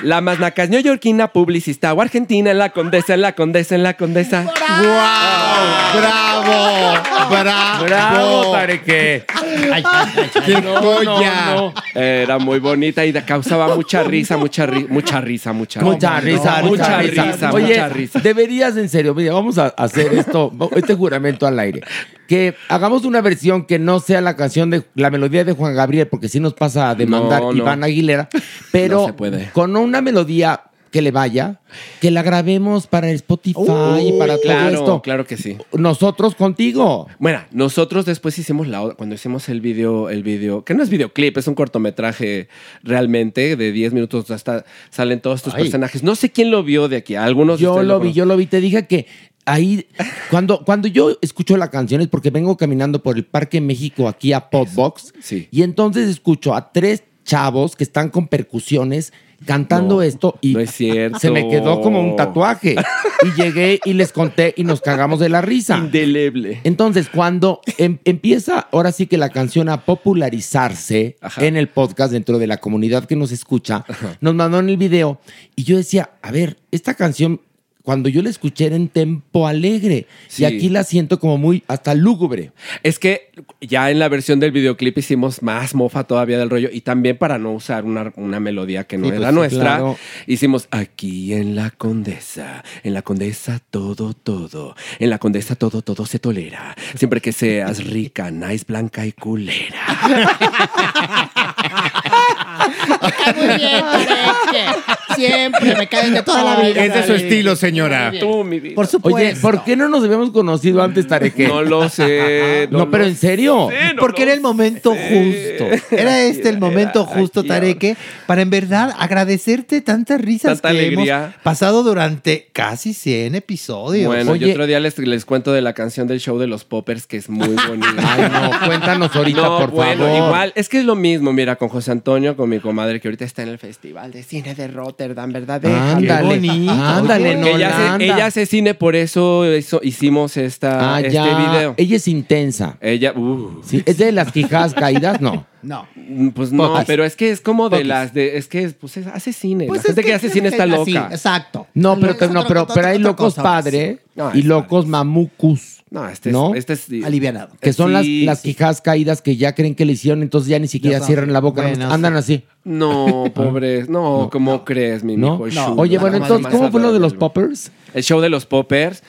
La más naca es neoyorquina, publicista o argentina en la condesa, en la condesa, en la condesa. ¡Bravo! ¡Bravo! ¡Bravo! ¡Bravo, Tareque! Ay, ay, ay, ¡Qué no, joya! No, no. Era muy bonita y causaba mucha risa, mucha, ri mucha risa, mucha, mucha risa. Mucha risa, mucha risa. Oye, mucha risa. deberías en serio, mira, vamos a hacer esto, este juramento al aire. Que hagamos una versión que no sea la canción de la melodía de Juan Gabriel, porque sí nos pasa a demandar Iván Aguilera, pero con una melodía que le vaya, que la grabemos para el Spotify y para Uh, claro, todo esto. Claro que sí. Nosotros contigo. Bueno, nosotros después hicimos la cuando hicimos el video, el video, que no es videoclip, es un cortometraje realmente de 10 minutos hasta salen todos estos Ay. personajes. No sé quién lo vio de aquí, algunos Yo lo, lo vi, yo lo vi, te dije que ahí, cuando, cuando yo escucho la canción es porque vengo caminando por el Parque México aquí a Podbox. Sí. Y entonces escucho a tres chavos que están con percusiones cantando no, esto y no es cierto. se me quedó como un tatuaje. Y llegué y les conté y nos cagamos de la risa. Indeleble. Entonces, cuando em empieza ahora sí que la canción a popularizarse Ajá. en el podcast dentro de la comunidad que nos escucha, Ajá. nos mandó en el video y yo decía, a ver, esta canción cuando yo la escuché era en tempo alegre. Sí. Y aquí la siento como muy hasta lúgubre. Es que ya en la versión del videoclip hicimos más mofa todavía del rollo. Y también para no usar una, una melodía que no sí, era pues, nuestra, claro. hicimos aquí en la condesa. En la condesa todo, todo. En la condesa todo, todo se tolera. Siempre que seas rica, nice, blanca y culera. Está muy bien, Siempre me caen de toda la vida. Es de su estilo, señora. Tú, mi vida. Por supuesto. Oye, ¿por qué no nos habíamos conocido antes, Tareque? No lo sé. No, no pero en serio. Sé, no Porque era el momento sé. justo. Era este el momento era, justo, Tareque, para en verdad agradecerte tantas risas Tanta que alegría. hemos pasado durante casi 100 episodios. Bueno, Oye, yo otro día les, les, cuento de la canción del show de los poppers, que es muy bonita. Ay, no, cuéntanos ahorita, no, por bueno, favor. Igual, es que es lo mismo, mira, con José Antonio, con mi comadre, que ahorita está en el Festival de Cine de Rotterdam, ¿verdad? Ándale, Ah, Ah, ándale, no, ella hace, ella hace, cine, por eso hizo, hicimos esta, ah, este ya. video. Ella es intensa. Ella, uh. sí, ¿Es de las quijadas caídas? No. No. Pues no, Pocas. pero es que es como de Pocas. las de. Es que pues hace cine. Pues la gente es que, que, hace cine está loca. Sí, exacto. No, pero, pero, no, pero, pero hay locos pues. padre no, y locos padre. mamucus. No, este es, ¿no? Este es aliviado. Que son sí, las, las sí. quijadas caídas que ya creen que le hicieron, entonces ya ni siquiera no, cierran la boca. Bueno, andan así. No, ¿Ah? pobres. No, ¿cómo crees, mi mijo? Oye, bueno, entonces, ¿cómo fue lo de los poppers? El show de los poppers.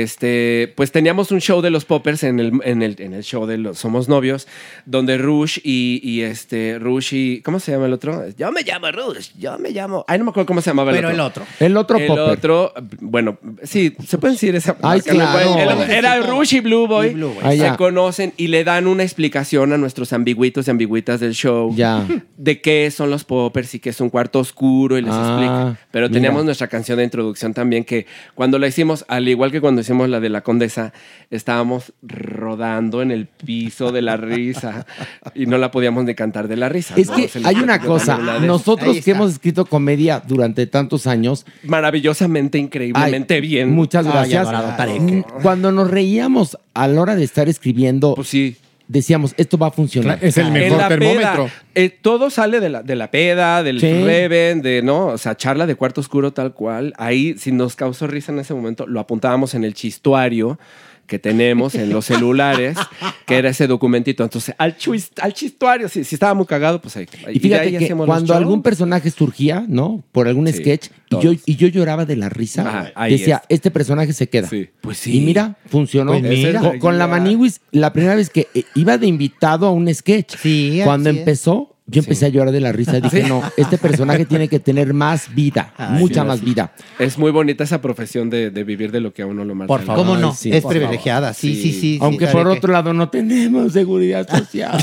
Este, pues teníamos un show de los poppers en el, en el, en el show de los Somos Novios, donde Rush y y este Rush y ¿cómo se llama el otro? Yo me llamo Rush, yo me llamo. Ay, no me acuerdo cómo se llamaba el Pero otro. Pero el otro. El otro El otro, bueno, sí, se puede decir esa. Ay, claro. Ah, el, era Rush y Blue Boy. Y Blue Boy. Ay, se ya. conocen y le dan una explicación a nuestros ambigüitos y ambigüitas del show. Ya. De qué son los poppers y qué es un cuarto oscuro y les ah, explica. Pero mira. teníamos nuestra canción de introducción también que cuando la hicimos, al igual que cuando hicimos la de la condesa, estábamos rodando en el piso de la risa y no la podíamos de cantar de la risa. Es ¿no? que hay una cosa, nosotros que hemos escrito comedia durante tantos años. Maravillosamente, increíblemente Ay, bien. Muchas gracias. Ay, adorado, Cuando nos reíamos a la hora de estar escribiendo. Pues sí decíamos, esto va a funcionar. Es el mejor en termómetro. Peda, eh, todo sale de la, de la peda, del sí. Reven, de, ¿no? O sea, charla de cuarto oscuro tal cual. Ahí, si nos causó risa en ese momento, lo apuntábamos en el chistuario que tenemos en los celulares, que era ese documentito. Entonces, al, chist, al chistuario, si, si estábamos cagados, pues ahí. Y fíjate y ahí que cuando algún personaje surgía, ¿no? Por algún sí, sketch, y yo, y yo, lloraba de la risa. Ah, decía, es. este personaje se queda. Sí. Pues sí. Y mira, funcionó. Pues mira. Con, eh, con, la Maniwis, la primera vez que iba de invitado a un sketch. Sí, cuando empezó, Yo empecé sí. a llorar de la risa. Dije, ¿Sí? no, este personaje tiene que tener más vida, Ay, mucha sí, más vida. Es muy bonita esa profesión de, de, vivir de lo que a uno lo mata. Por favor. ¿Cómo no? es privilegiada. Sí, sí, sí. Aunque por otro que... lado no tenemos seguridad social.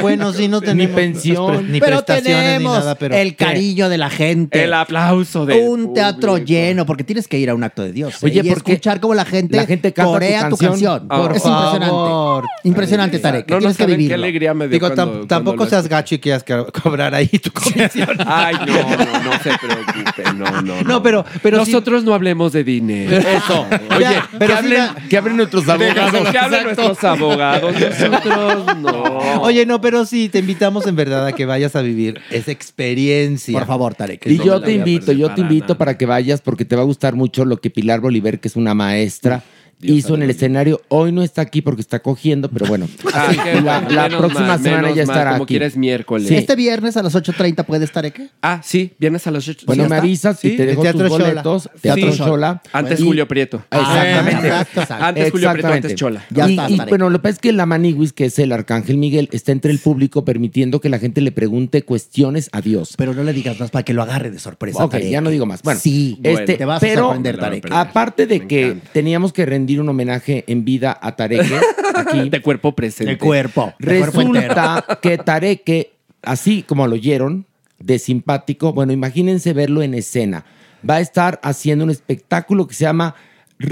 bueno, sí, no tenemos. Ni pensión. Ni pero tenemos ni nada, pero el cariño ¿qué? de la gente. El aplauso de. Un público. teatro lleno, porque tienes que ir a un acto de Dios. Oye, ¿eh? y porque escuchar cómo la gente, la gente canta corea tu canción. Ah, Por es favor. impresionante. Impresionante, Tarek. Tienes que vivirlo. Qué alegría me Digo, tampoco seas gacho y quieras cobrar ahí tu comisión. Ay, no, no, no se preocupe. No, no, no. no pero, pero nosotros si... no hablemos de dinero. Eso. Oye, pero que, hablen, si la... que hablen nuestros abogados. Que hablen nuestros abogados. Nosotros no. Oh. Oye, no, pero sí, te invitamos en verdad a que vayas a vivir esa experiencia. Por favor, Tarek. Y yo te invito, yo te invito nada. para que vayas porque te va a gustar mucho lo que Pilar Bolívar, que es una maestra, Dios hizo en el escenario. Hoy no está aquí porque está cogiendo, pero bueno. Ah, la, bueno, la próxima mal, semana ya estará mal, como aquí. quieres miércoles. Sí. Este viernes a las 8.30 puede estar ¿eh? aquí. Ah, sí, viernes a las 8. Bueno, ¿Sí me avisas ¿Sí? y te dejo tus boletos. Chola. Teatro Chola. Antes y, Julio Prieto. Ah, exactamente. Exacto, exacto. Antes Julio Prieto, antes Chola. Ya y, está, y bueno, lo que pasa es que la Maniguis, que es el Arcángel Miguel, está entre el público permitiendo que la gente le pregunte cuestiones a Dios. Pero no le digas más para que lo agarre de sorpresa. Ok, ya no digo más. Bueno, sí, este, te vas pero, a sorprender, Tarek. Aparte de que teníamos que rendir un homenaje en vida a Tareque. Aquí. De cuerpo presente. De cuerpo. De Resulta cuerpo que Tareque, así como lo oyeron, de simpático, bueno, imagínense verlo en escena. Va a estar haciendo un espectáculo que se llama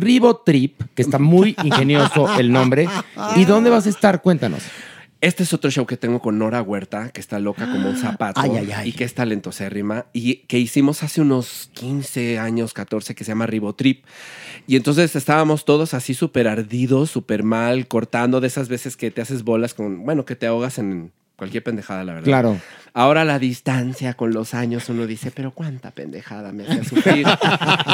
Ribotrip, que está muy ingenioso el nombre. ¿Y dónde vas a estar? Cuéntanos. Este es otro show que tengo con Nora Huerta, que está loca como un zapato ay, ay, ay. y que es talentosérrima y que hicimos hace unos 15 años, 14, que se llama Ribotrip. Y entonces estábamos todos así súper ardidos, súper mal, cortando de esas veces que te haces bolas con, bueno, que te ahogas en cualquier pendejada, la verdad. Claro. Ahora la distancia con los años uno dice, pero cuánta pendejada me hace sufrir.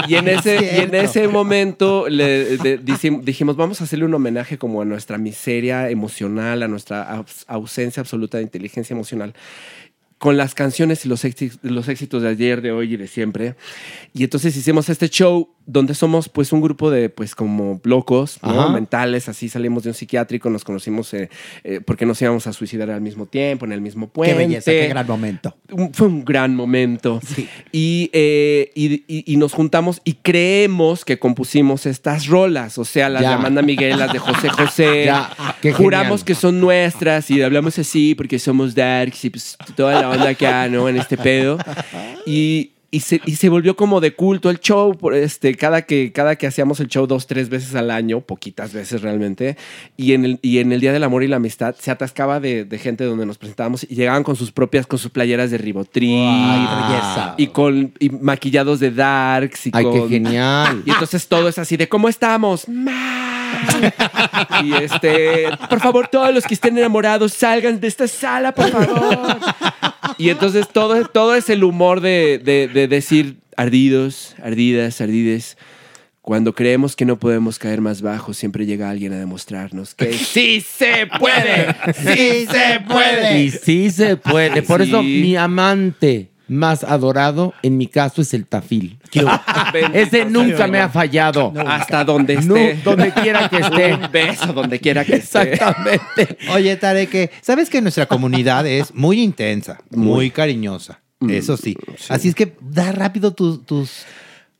y, en ese, no es y en ese momento le, de, dijimos, vamos a hacerle un homenaje como a nuestra miseria emocional, a nuestra ausencia absoluta de inteligencia emocional con las canciones y los éxitos, los éxitos de ayer, de hoy y de siempre. Y entonces hicimos este show donde somos pues un grupo de pues como locos, ¿no? mentales, así salimos de un psiquiátrico, nos conocimos eh, eh, porque nos íbamos a suicidar al mismo tiempo, en el mismo puente. Qué belleza, qué gran momento. Un, fue un gran momento. Sí. Y, eh, y, y, y, nos juntamos y creemos que compusimos estas rolas, o sea, las ya. de Amanda Miguel, las de José José. Ya. Ah, Juramos que son nuestras y hablamos así porque somos darks y pues toda la onda acá, ¿no? En este pedo. Y, y, se, y, se, volvió como de culto el show, por este, cada, que, cada que hacíamos el show dos, tres veces al año, poquitas veces realmente, y en el, y en el Día del Amor y la Amistad se atascaba de, de gente donde nos presentábamos y llegaban con sus propias, con sus playeras de Ribotril. Wow. Y con y maquillados de Darks. Y ¡Ay, con, qué genial! Y entonces todo es así de, ¿cómo estamos? ¡Más! y este, por favor, todos los que estén enamorados, salgan de esta sala, por favor. y entonces todo, todo es el humor de, de, de, decir ardidos, ardidas, ardides. Cuando creemos que no podemos caer más bajo, siempre llega alguien a demostrarnos que sí se puede, sí se puede. Y sí se puede. Por sí. eso mi amante más adorado, en mi caso, es el tafil. Ese nunca me ha fallado. No, Hasta donde esté. No, donde quiera que esté. Un beso donde quiera este, que Exactamente. esté. Exactamente. Oye, eh, Tareque, ¿sabes que nuestra comunidad es muy intensa, muy cariñosa? Mm, Eso sí. sí. Así es que da rápido tus, tus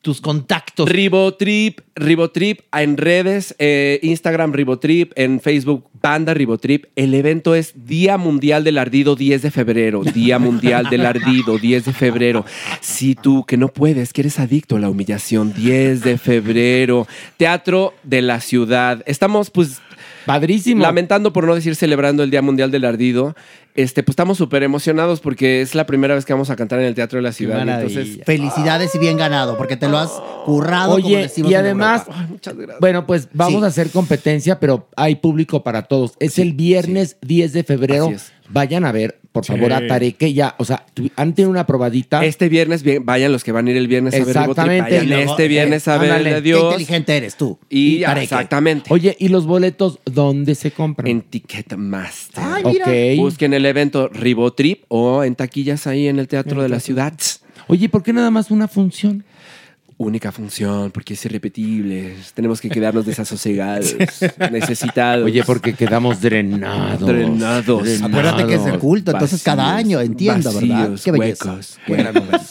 tus contactos. Ribotrip, Ribotrip en redes, eh, Instagram Ribotrip, en Facebook Banda Ribotrip. El evento es Día Mundial del Ardido 10 de febrero. Día Mundial del Ardido 10 de febrero. Si tú que no puedes, que eres adicto a la humillación, 10 de febrero. Teatro de la ciudad. Estamos pues Padrísimo. Lamentando por no decir celebrando el Día Mundial del Ardido. Este, pues estamos súper emocionados porque es la primera vez que vamos a cantar en el Teatro de la Ciudad. Entonces, Felicidades y bien ganado, porque te lo has currado. Oye, como decimos y además, en Ay, muchas gracias. bueno, pues vamos sí. a hacer competencia, pero hay público para todos. Es sí, el viernes sí. 10 de febrero. Vayan a ver, por favor, a Tareque ya. O sea, han tenido una probadita. Este viernes, bien, vayan los que van a ir el viernes a ver Ah. Exactamente. Vayan luego, este viernes eh, a ver ándale, de Dios. Qué inteligente eres tú. Y, y exactamente. Oye, ¿y los boletos dónde se compran? En Ticketmaster. Ay, mira. Okay. Busquen el evento Ribotrip o en taquillas ahí en el Teatro en de la Ciudad. Oye, ¿por qué nada más una función? única función, porque es irrepetible. Tenemos que quedarnos desasosegados, necesitados. Oye, porque quedamos drenados. Drenados. drenados Acuérdate que es el culto, entonces vacíos, cada año, entiendo, vacíos, ¿verdad? Huecos, Qué belleza. Huecos,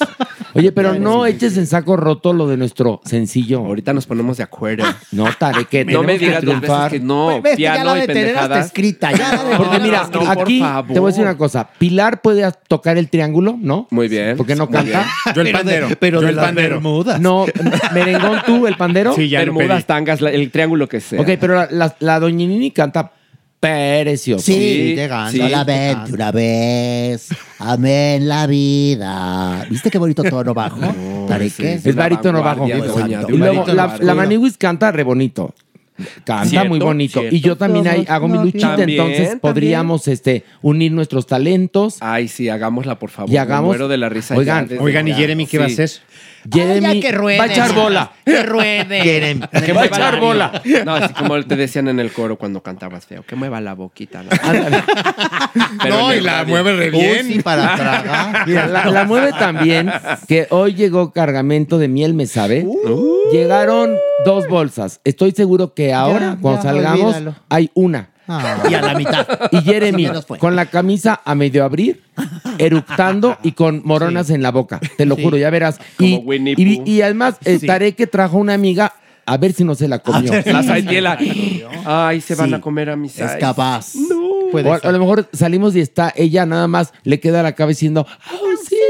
Oye, pero no eches en saco roto lo de nuestro sencillo. Ahorita nos ponemos de acuerdo. No, Tare, que No me digas que dos veces que no, pues, piano ya la y de tener pendejadas. hasta escrita, ya la de Porque tener mira, hasta- no, por aquí favor. te voy a decir una cosa. Pilar puede tocar el triángulo, ¿no? Muy bien. ¿Por qué no Muy bien. canta? Yo el pandero. Pero yo de el las pandero. bermudas. No, merengón tú, el pandero. Sí, ya lo pedí. Bermudas, tangas, la- el triángulo que sea. Ok, pero la, la, la doña Nini canta precioso. Sí, Sí, llegando sí, a la vez, de una vez. Amén la vida. ¿Viste qué bonito tono bajo? Tarek, sí, ¿qué? sí. Es barítono bajo. vanguardia, doña, Exacto. de Y una luego, barítono la, vanguardia. la Maniwis canta re bonito. Canta Cierto, muy bonito. cierto. Y yo también ahí hago mi luchita. También, entonces también. podríamos este, unir nuestros talentos. Ay, sí, hagámosla, por favor. Y hagamos- Me muero de la risa. Oigan, ya desde Oigan, ¿y ahora. Jeremy qué va a Sí. hacer? Jeremy Ay, ya que ruede. va a echar bola. Que ruede. Que va a mueva echar la- bola. No, así como te decían en el coro cuando cantabas feo. Que mueva la boquita. ¿no? Pero en No, y el la radio. mueve re bien. Uy, sí, para tragar. Mira, la, la mueve también que hoy llegó cargamento de miel, me sabe. Llegaron dos bolsas. Estoy seguro que ahora, Uh. Ya, cuando ya, salgamos, olvídalo. hay una. Ah. Y a la mitad. Y Jeremy, Sí, menos fue. con la camisa a medio abrir, eructando y con moronas en la boca. Te lo juro, ya verás. Y, Como Winnie y vi- Pooh. y además, estaré que trajo una amiga a ver si no se la comió. La saitiela. Ay, se van Sí. a comer a mis Es ay. capaz. O a, a lo mejor salimos y está ella nada más, le queda la cabeza diciendo, "Ah, ¡Auxilio!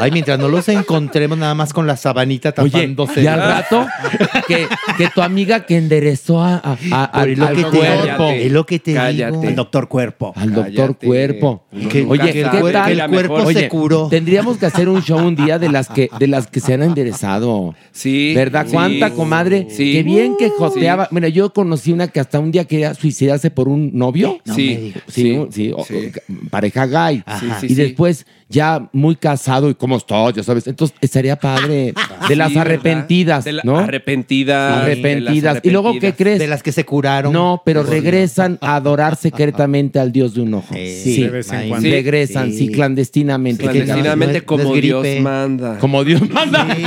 Ay, mientras no los encontremos nada más con la sabanita Oye, tapándose. y al rato que, que tu amiga que enderezó a, a- a- Oye, al- lo al que te cuerpo, digo. Es lo que te Cállate. digo. El doctor cuerpo. al doctor Cállate. cuerpo. Uno Que- nunca oye, que el sabe. cuer- Era que el la cuerpo mejor. se curó. Tendríamos que hacer un show un día de las que, de las que se han enderezado. Sí. ¿Verdad? Sí. ¿Cuánta comadre? Sí. Qué bien que joteaba. Mira, yo conocí una que hasta un día quería suicidarse por un novio. No me Sí, digas. Sí, sí, un- sí, o- sí. o- pareja gay. Sí, sí, y sí. después ya muy casado y cómo estoy, ya sabes. Entonces estaría padre de las Sí, ¿verdad? arrepentidas, De la- ¿no? Arrepentidas. de arrepentidas. las Y luego, ¿qué crees? De las que se curaron. No, pero regresan a adorar secretamente al Dios de un ojo. Eh, sí, de vez en Sí, cuando. regresan, sí, Sí. clandestinamente. Clandestinamente No es- no es como Dios gripe. manda. Como Dios manda. Sí,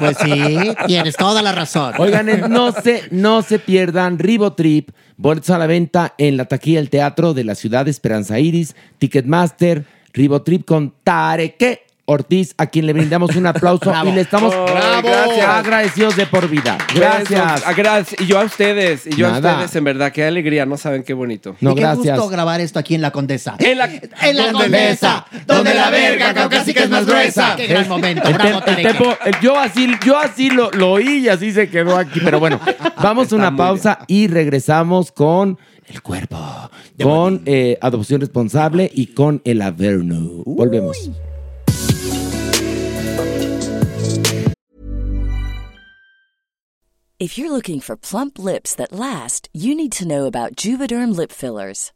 pues sí, tienes toda la razón. Oigan, eh, no se, no se pierdan Ribotrip, boletos a la venta en la taquilla del teatro de la ciudad de Esperanza Iris, Ticketmaster, Ribotrip con Tareque Ortiz, a quien le brindamos un aplauso y le estamos Bravo. agradecidos de por vida. Gracias. Oh, Besos. Ah, gracias. Y yo a ustedes. Y yo Nada. a ustedes, en verdad. Qué alegría. No saben qué bonito. No, y qué gracias. Eh, gusto grabar esto aquí en La Condesa. En la- En la Condesa, donde la verga caucásica es más gruesa. Qué gran momento. El Bravo, tem- el Tarek. tempo- el- yo así, yo así lo, lo oí y así se quedó aquí. Pero bueno, vamos a Está una muy pausa y regresamos con el cuerpo, con eh, adopción responsable y con el Averno. Volvemos. If you're looking for plump lips that last, you need to know about Juvederm lip fillers.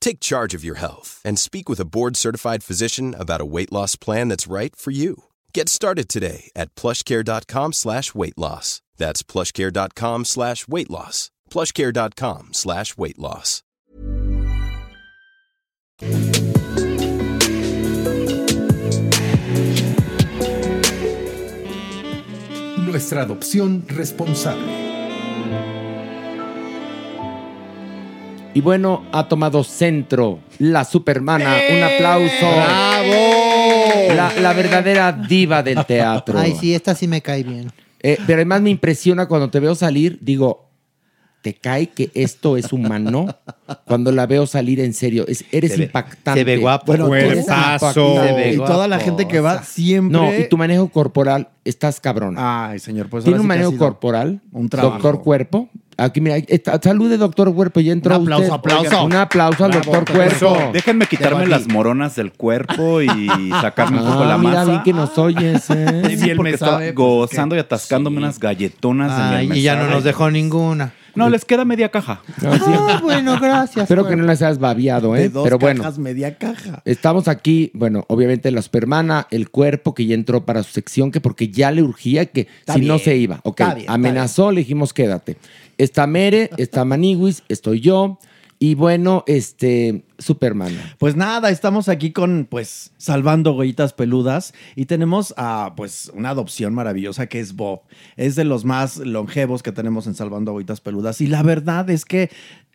Take charge of your health and speak with a board-certified physician about a weight loss plan that's right for you. Get started today at plushcare.com slash weight loss. That's plushcare.com slash weight loss. Plushcare.com slash weight loss. Nuestra adopción responsable. Y bueno, ha tomado centro la supermana. ¡Eh! Un aplauso. ¡Bravo! Oh. La, la, verdadera diva del teatro. Ay, sí, esta sí me cae bien. Eh, pero además me impresiona cuando te veo salir, digo, ¿te cae que esto es humano? Cuando la veo salir en serio, es, eres se impactante. Ve, se ve guapo. Bueno, Cuerpazo. Se ve guapo. Y toda la gente que va siempre... No, y tu manejo corporal, estás cabrón. Ay, señor, pues Tiene ahora un sí que ha manejo sido corporal, un trabajo. doctor cuerpo. Aquí, mira, está- salude, doctor cuerpo. Ya entró Un aplauso, usted. aplauso. Un aplauso al Bravo, doctor doctor Cuerpo. cuerpo. Déjenme quitarme Te las moronas del cuerpo y sacarme un poco Ah, la mira, masa. bien que nos oyes, ¿eh? Sí, pues, porque estaba pues, gozando y atascándome unas galletonas en el Ay, y ya no mesada. nos dejó ninguna. No, les queda media caja. Ah, bueno, gracias. Espero que bueno. no las hayas babiado, ¿eh? De dos Pero bueno, cajas, media caja. estamos aquí, bueno, obviamente la supermana, el cuerpo que ya entró para su sección, que porque ya le urgía que Está si no bien, se iba. Ok, está bien, está amenazó, le dijimos quédate. Está Mere, está Maniguis, estoy yo. Y bueno, este, supermana. Pues nada, estamos aquí con, pues, salvando goyitas peludas y tenemos a, pues, una adopción maravillosa que es Bob. Es de los más longevos que tenemos en Salvando Goyitas Peludas y la verdad es que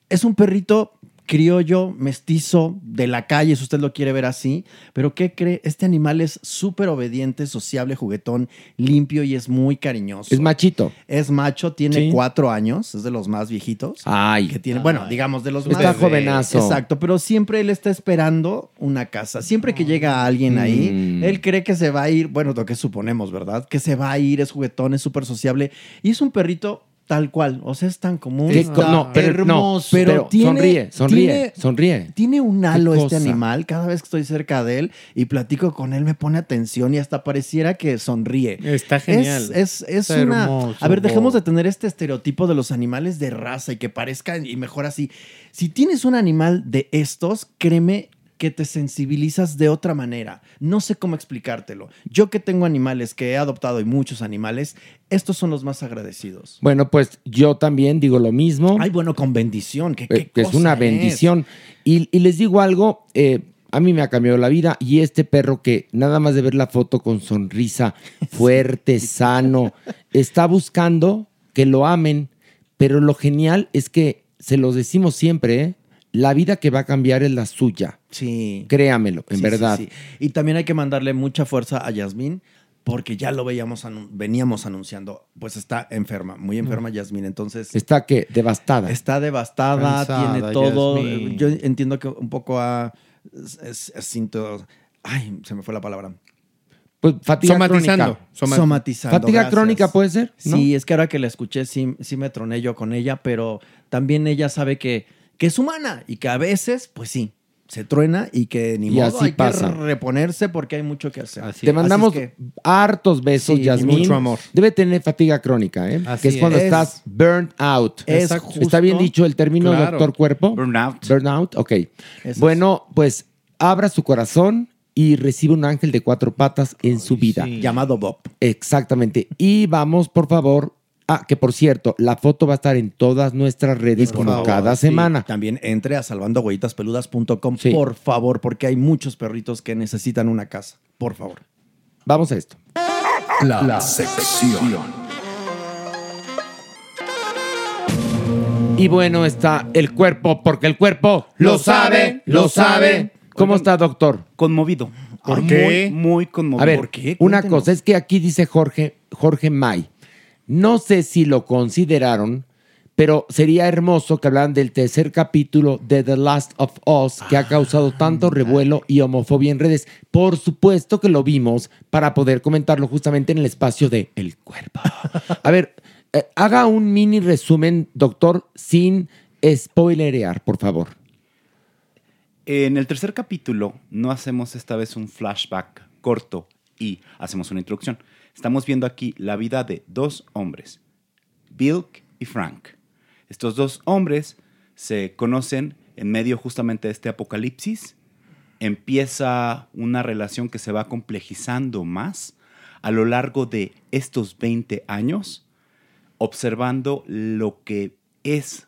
es un perrito criollo, mestizo, de la calle, si usted lo quiere ver así, pero ¿qué cree? Este animal es súper obediente, sociable, juguetón, limpio y es muy cariñoso. Es machito. Es macho, tiene Sí. cuatro años, es de los más viejitos. Ay. Que tiene, bueno, digamos de los más. Está jovenazo. Exacto, pero siempre él está esperando una casa. Siempre que llega alguien ahí, Mm. él cree que se va a ir, bueno, lo que suponemos, ¿verdad? Que se va a ir, es juguetón, es súper sociable y es un perrito tal cual. O sea, es tan común. Que- Está no, pero, no, hermoso. pero, Pero tiene- sonríe, sonríe, tiene- sonríe. tiene un halo Qué este cosa. animal. Cada vez que estoy cerca de él y platico con él, me pone atención y hasta pareciera que sonríe. Está genial. Es, es, es Está una. hermoso, a ver, dejemos Bob. de tener este estereotipo de los animales de raza y que parezcan y mejor así. Si tienes un animal de estos, créeme que te sensibilizas de otra manera. No sé cómo explicártelo. Yo que tengo animales, que he adoptado y muchos animales, estos son los más agradecidos. Bueno, pues yo también digo lo mismo. Ay, bueno, con bendición. Que, Eh, que es una bendición. Y, y les digo algo, eh, a mí me ha cambiado la vida y este perro que nada más de ver la foto con sonrisa fuerte, sano, está buscando que lo amen, pero lo genial es que se los decimos siempre, ¿eh? la vida que va a cambiar es la suya. Sí. Créamelo, en Sí, sí, verdad. sí. Y también hay que mandarle mucha fuerza a Yasmín porque ya lo veíamos, anu- veníamos anunciando, pues está enferma, muy Mm. enferma Yasmín, entonces Está que devastada. está devastada, Cansada, tiene todo. Yasmín. Yo entiendo que un poco a sinto ay, se me fue la palabra. Pues, fatiga Somatizando. crónica. Soma- Somatizando. Fatiga gracias. crónica puede ser. ¿no? Sí, es que ahora que la escuché, sí, sí me troné yo con ella, pero también ella sabe que, que es humana y que a veces, pues sí, se truena y que ni Y modo así hay pasa. que reponerse porque hay mucho que hacer. Te mandamos Así es que- hartos besos, Sí, Yasmín. mucho amor. Debe tener fatiga crónica, ¿eh? Así que es cuando es. estás burnt out. Es Exacto. justo- ¿Está bien dicho el término, Claro. doctor cuerpo? Burnout. Burnout, ok. es. Bueno, pues abra su corazón y recibe un ángel de cuatro patas en su vida. llamado Bob. Exactamente. Y vamos, por favor. Ah, que por cierto, la foto va a estar en todas nuestras redes Por como favor, cada sí. semana. También entre a salvandohuellitaspeludas.com, Sí. por favor, porque hay muchos perritos que necesitan una casa. Por favor. Vamos a esto. La, sección. Y bueno, está el cuerpo, porque el cuerpo lo sabe, lo sabe. ¿Cómo está, doctor? Conmovido. ¿Por Ay, qué? Muy, muy conmovido. A ver, ¿Por qué? una Cuéntenos. cosa es que aquí dice Jorge, Jorge May. No sé si lo consideraron, pero sería hermoso que hablaran del tercer capítulo de The Last of Us, que Ah, ha causado tanto revuelo y homofobia en redes. Por supuesto que lo vimos para poder comentarlo justamente en el espacio de El Cuerpo. A ver, eh, haga un mini resumen, doctor, sin spoilerear, por favor. En el tercer capítulo no hacemos esta vez un flashback corto y hacemos una introducción. Estamos viendo aquí la vida de dos hombres, Bilk y Frank. Estos dos hombres se conocen en medio justamente de este apocalipsis. Empieza una relación que se va complejizando más a lo largo de estos 20 años, observando lo que es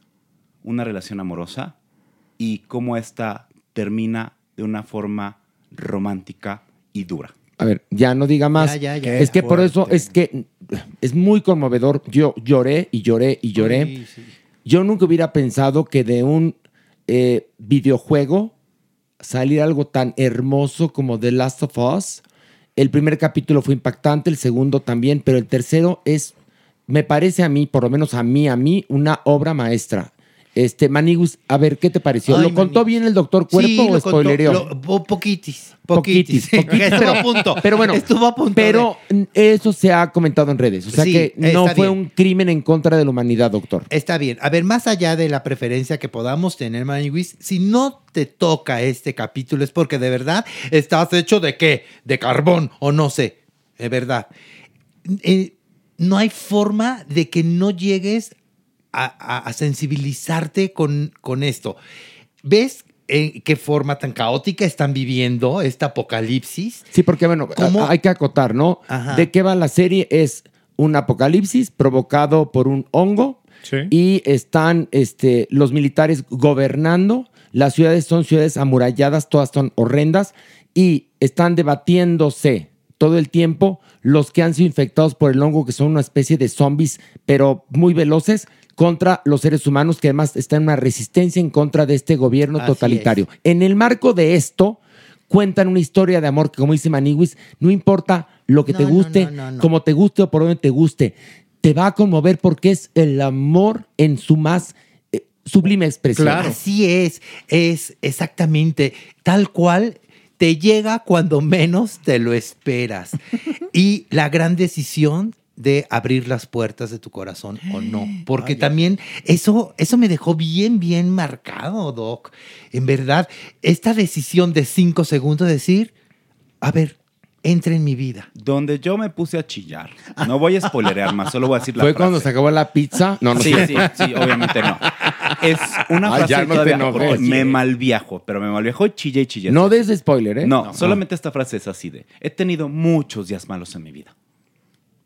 una relación amorosa y cómo esta termina de una forma romántica y dura. A ver, ya no diga más. Ya, ya, ya. es que fuerte. por eso es que es muy conmovedor. Yo lloré y lloré y lloré. Sí, sí. Yo nunca hubiera pensado que de un eh, videojuego salir algo tan hermoso como The Last of Us. El primer capítulo fue impactante, el segundo también, pero el tercero es, me parece a mí, por lo menos a mí, a mí, una obra maestra. Este, Manigus, a ver, ¿qué te pareció? Ay, ¿Lo contó Manigus. bien el doctor Cuerpo sí, o spoilereó? poquitis. Poquitis. poquitis. poquitis. Estuvo a punto. Pero bueno, Estuvo a punto pero de... eso se ha comentado en redes. O sea sí, que no fue bien. un crimen en contra de la humanidad, doctor. Está bien. A ver, más allá de la preferencia que podamos tener, Manigus, si no te toca este capítulo es porque de verdad estás hecho de qué? De carbón o no sé. Es verdad. Eh, no hay forma de que no llegues a, a, sensibilizarte con, con esto. ¿Ves en qué forma tan caótica están viviendo este apocalipsis? Sí, porque bueno, a, hay que acotar, ¿no? Ajá. ¿De qué va la serie? Es un apocalipsis provocado por un hongo sí. y están este, los militares gobernando. Las ciudades son ciudades amuralladas, todas son horrendas y están debatiéndose todo el tiempo los que han sido infectados por el hongo, que son una especie de zombies, pero muy veloces, contra los seres humanos, que además está en una resistencia en contra de este gobierno Así totalitario. Es. En el marco de esto, cuentan una historia de amor que, como dice Maniwis, no importa lo que no, te guste, no, no, como te guste o por donde te guste, te va a conmover porque es el amor en su más eh, sublime expresión. Claro. Así es, es exactamente tal cual te llega cuando menos te lo esperas. y la gran decisión de abrir las puertas de tu corazón o no, porque Vaya. también eso eso me dejó bien bien marcado, doc. En verdad, esta decisión de cinco segundos de decir, a ver, entra en mi vida. Donde yo me puse a chillar. No voy a spoilerear más, solo voy a decir la ¿Fue frase. cuando se acabó la pizza? No, no sí, sí, sí, obviamente no. Es una frase ah, ya no todavía, te enojes, me malviajo, pero me malviajo chille y chille. No des spoiler, ¿eh? No, no, solamente esta frase es así de, he tenido muchos días malos en mi vida,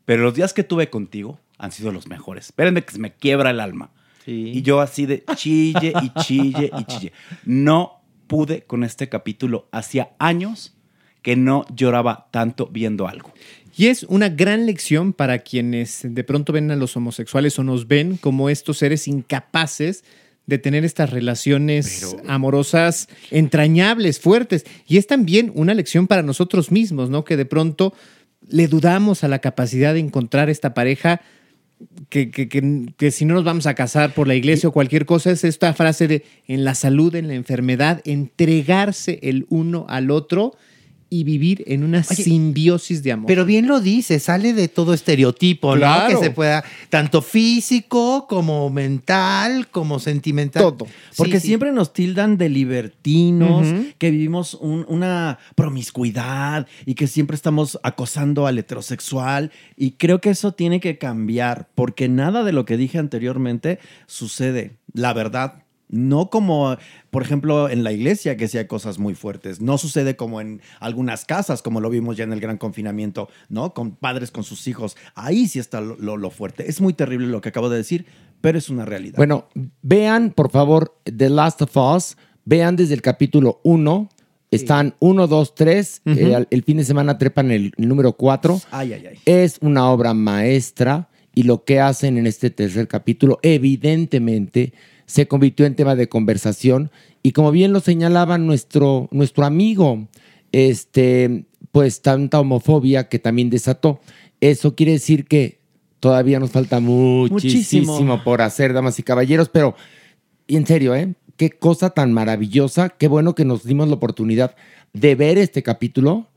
pero los días que tuve contigo han sido los mejores. Espérenme que se me quiebra el alma. Sí. Y yo así de chille y chille y chille. No pude con este capítulo. Hacía años que no lloraba tanto viendo algo. Y es una gran lección para quienes de pronto ven a los homosexuales o nos ven como estos seres incapaces de tener estas relaciones Pero... amorosas entrañables, fuertes. Y es también una lección para nosotros mismos, ¿no? Que de pronto le dudamos a la capacidad de encontrar esta pareja que, que, que, que, si no nos vamos a casar por la iglesia o cualquier cosa, es esta frase de en la salud, en la enfermedad, entregarse el uno al otro y vivir en una Oye, simbiosis de amor. Pero bien lo dice, sale de todo estereotipo, claro. ¿no? Que se pueda, tanto físico como mental, como sentimental. Todo. Porque sí, sí. siempre nos tildan de libertinos, uh -huh. que vivimos un, una promiscuidad y que siempre estamos acosando al heterosexual. Y creo que eso tiene que cambiar, porque nada de lo que dije anteriormente sucede. La verdad, no como, por ejemplo, en la iglesia, que sí hay cosas muy fuertes. No sucede como en algunas casas, como lo vimos ya en el gran confinamiento, ¿no? Con padres con sus hijos. Ahí sí está lo, lo, lo fuerte. Es muy terrible lo que acabo de decir, pero es una realidad. Bueno, vean, por favor, The Last of Us. Vean desde el capítulo 1. Están 1, 2, 3. El fin de semana trepan el, el número 4. Ay, ay, ay. Es una obra maestra. Y lo que hacen en este tercer capítulo, evidentemente, se convirtió en tema de conversación y como bien lo señalaba nuestro, nuestro amigo, este, pues tanta homofobia que también desató. Eso quiere decir que todavía nos falta muchísimo, muchísimo. por hacer, damas y caballeros, pero y en serio, ¿eh? Qué cosa tan maravillosa, qué bueno que nos dimos la oportunidad de ver este capítulo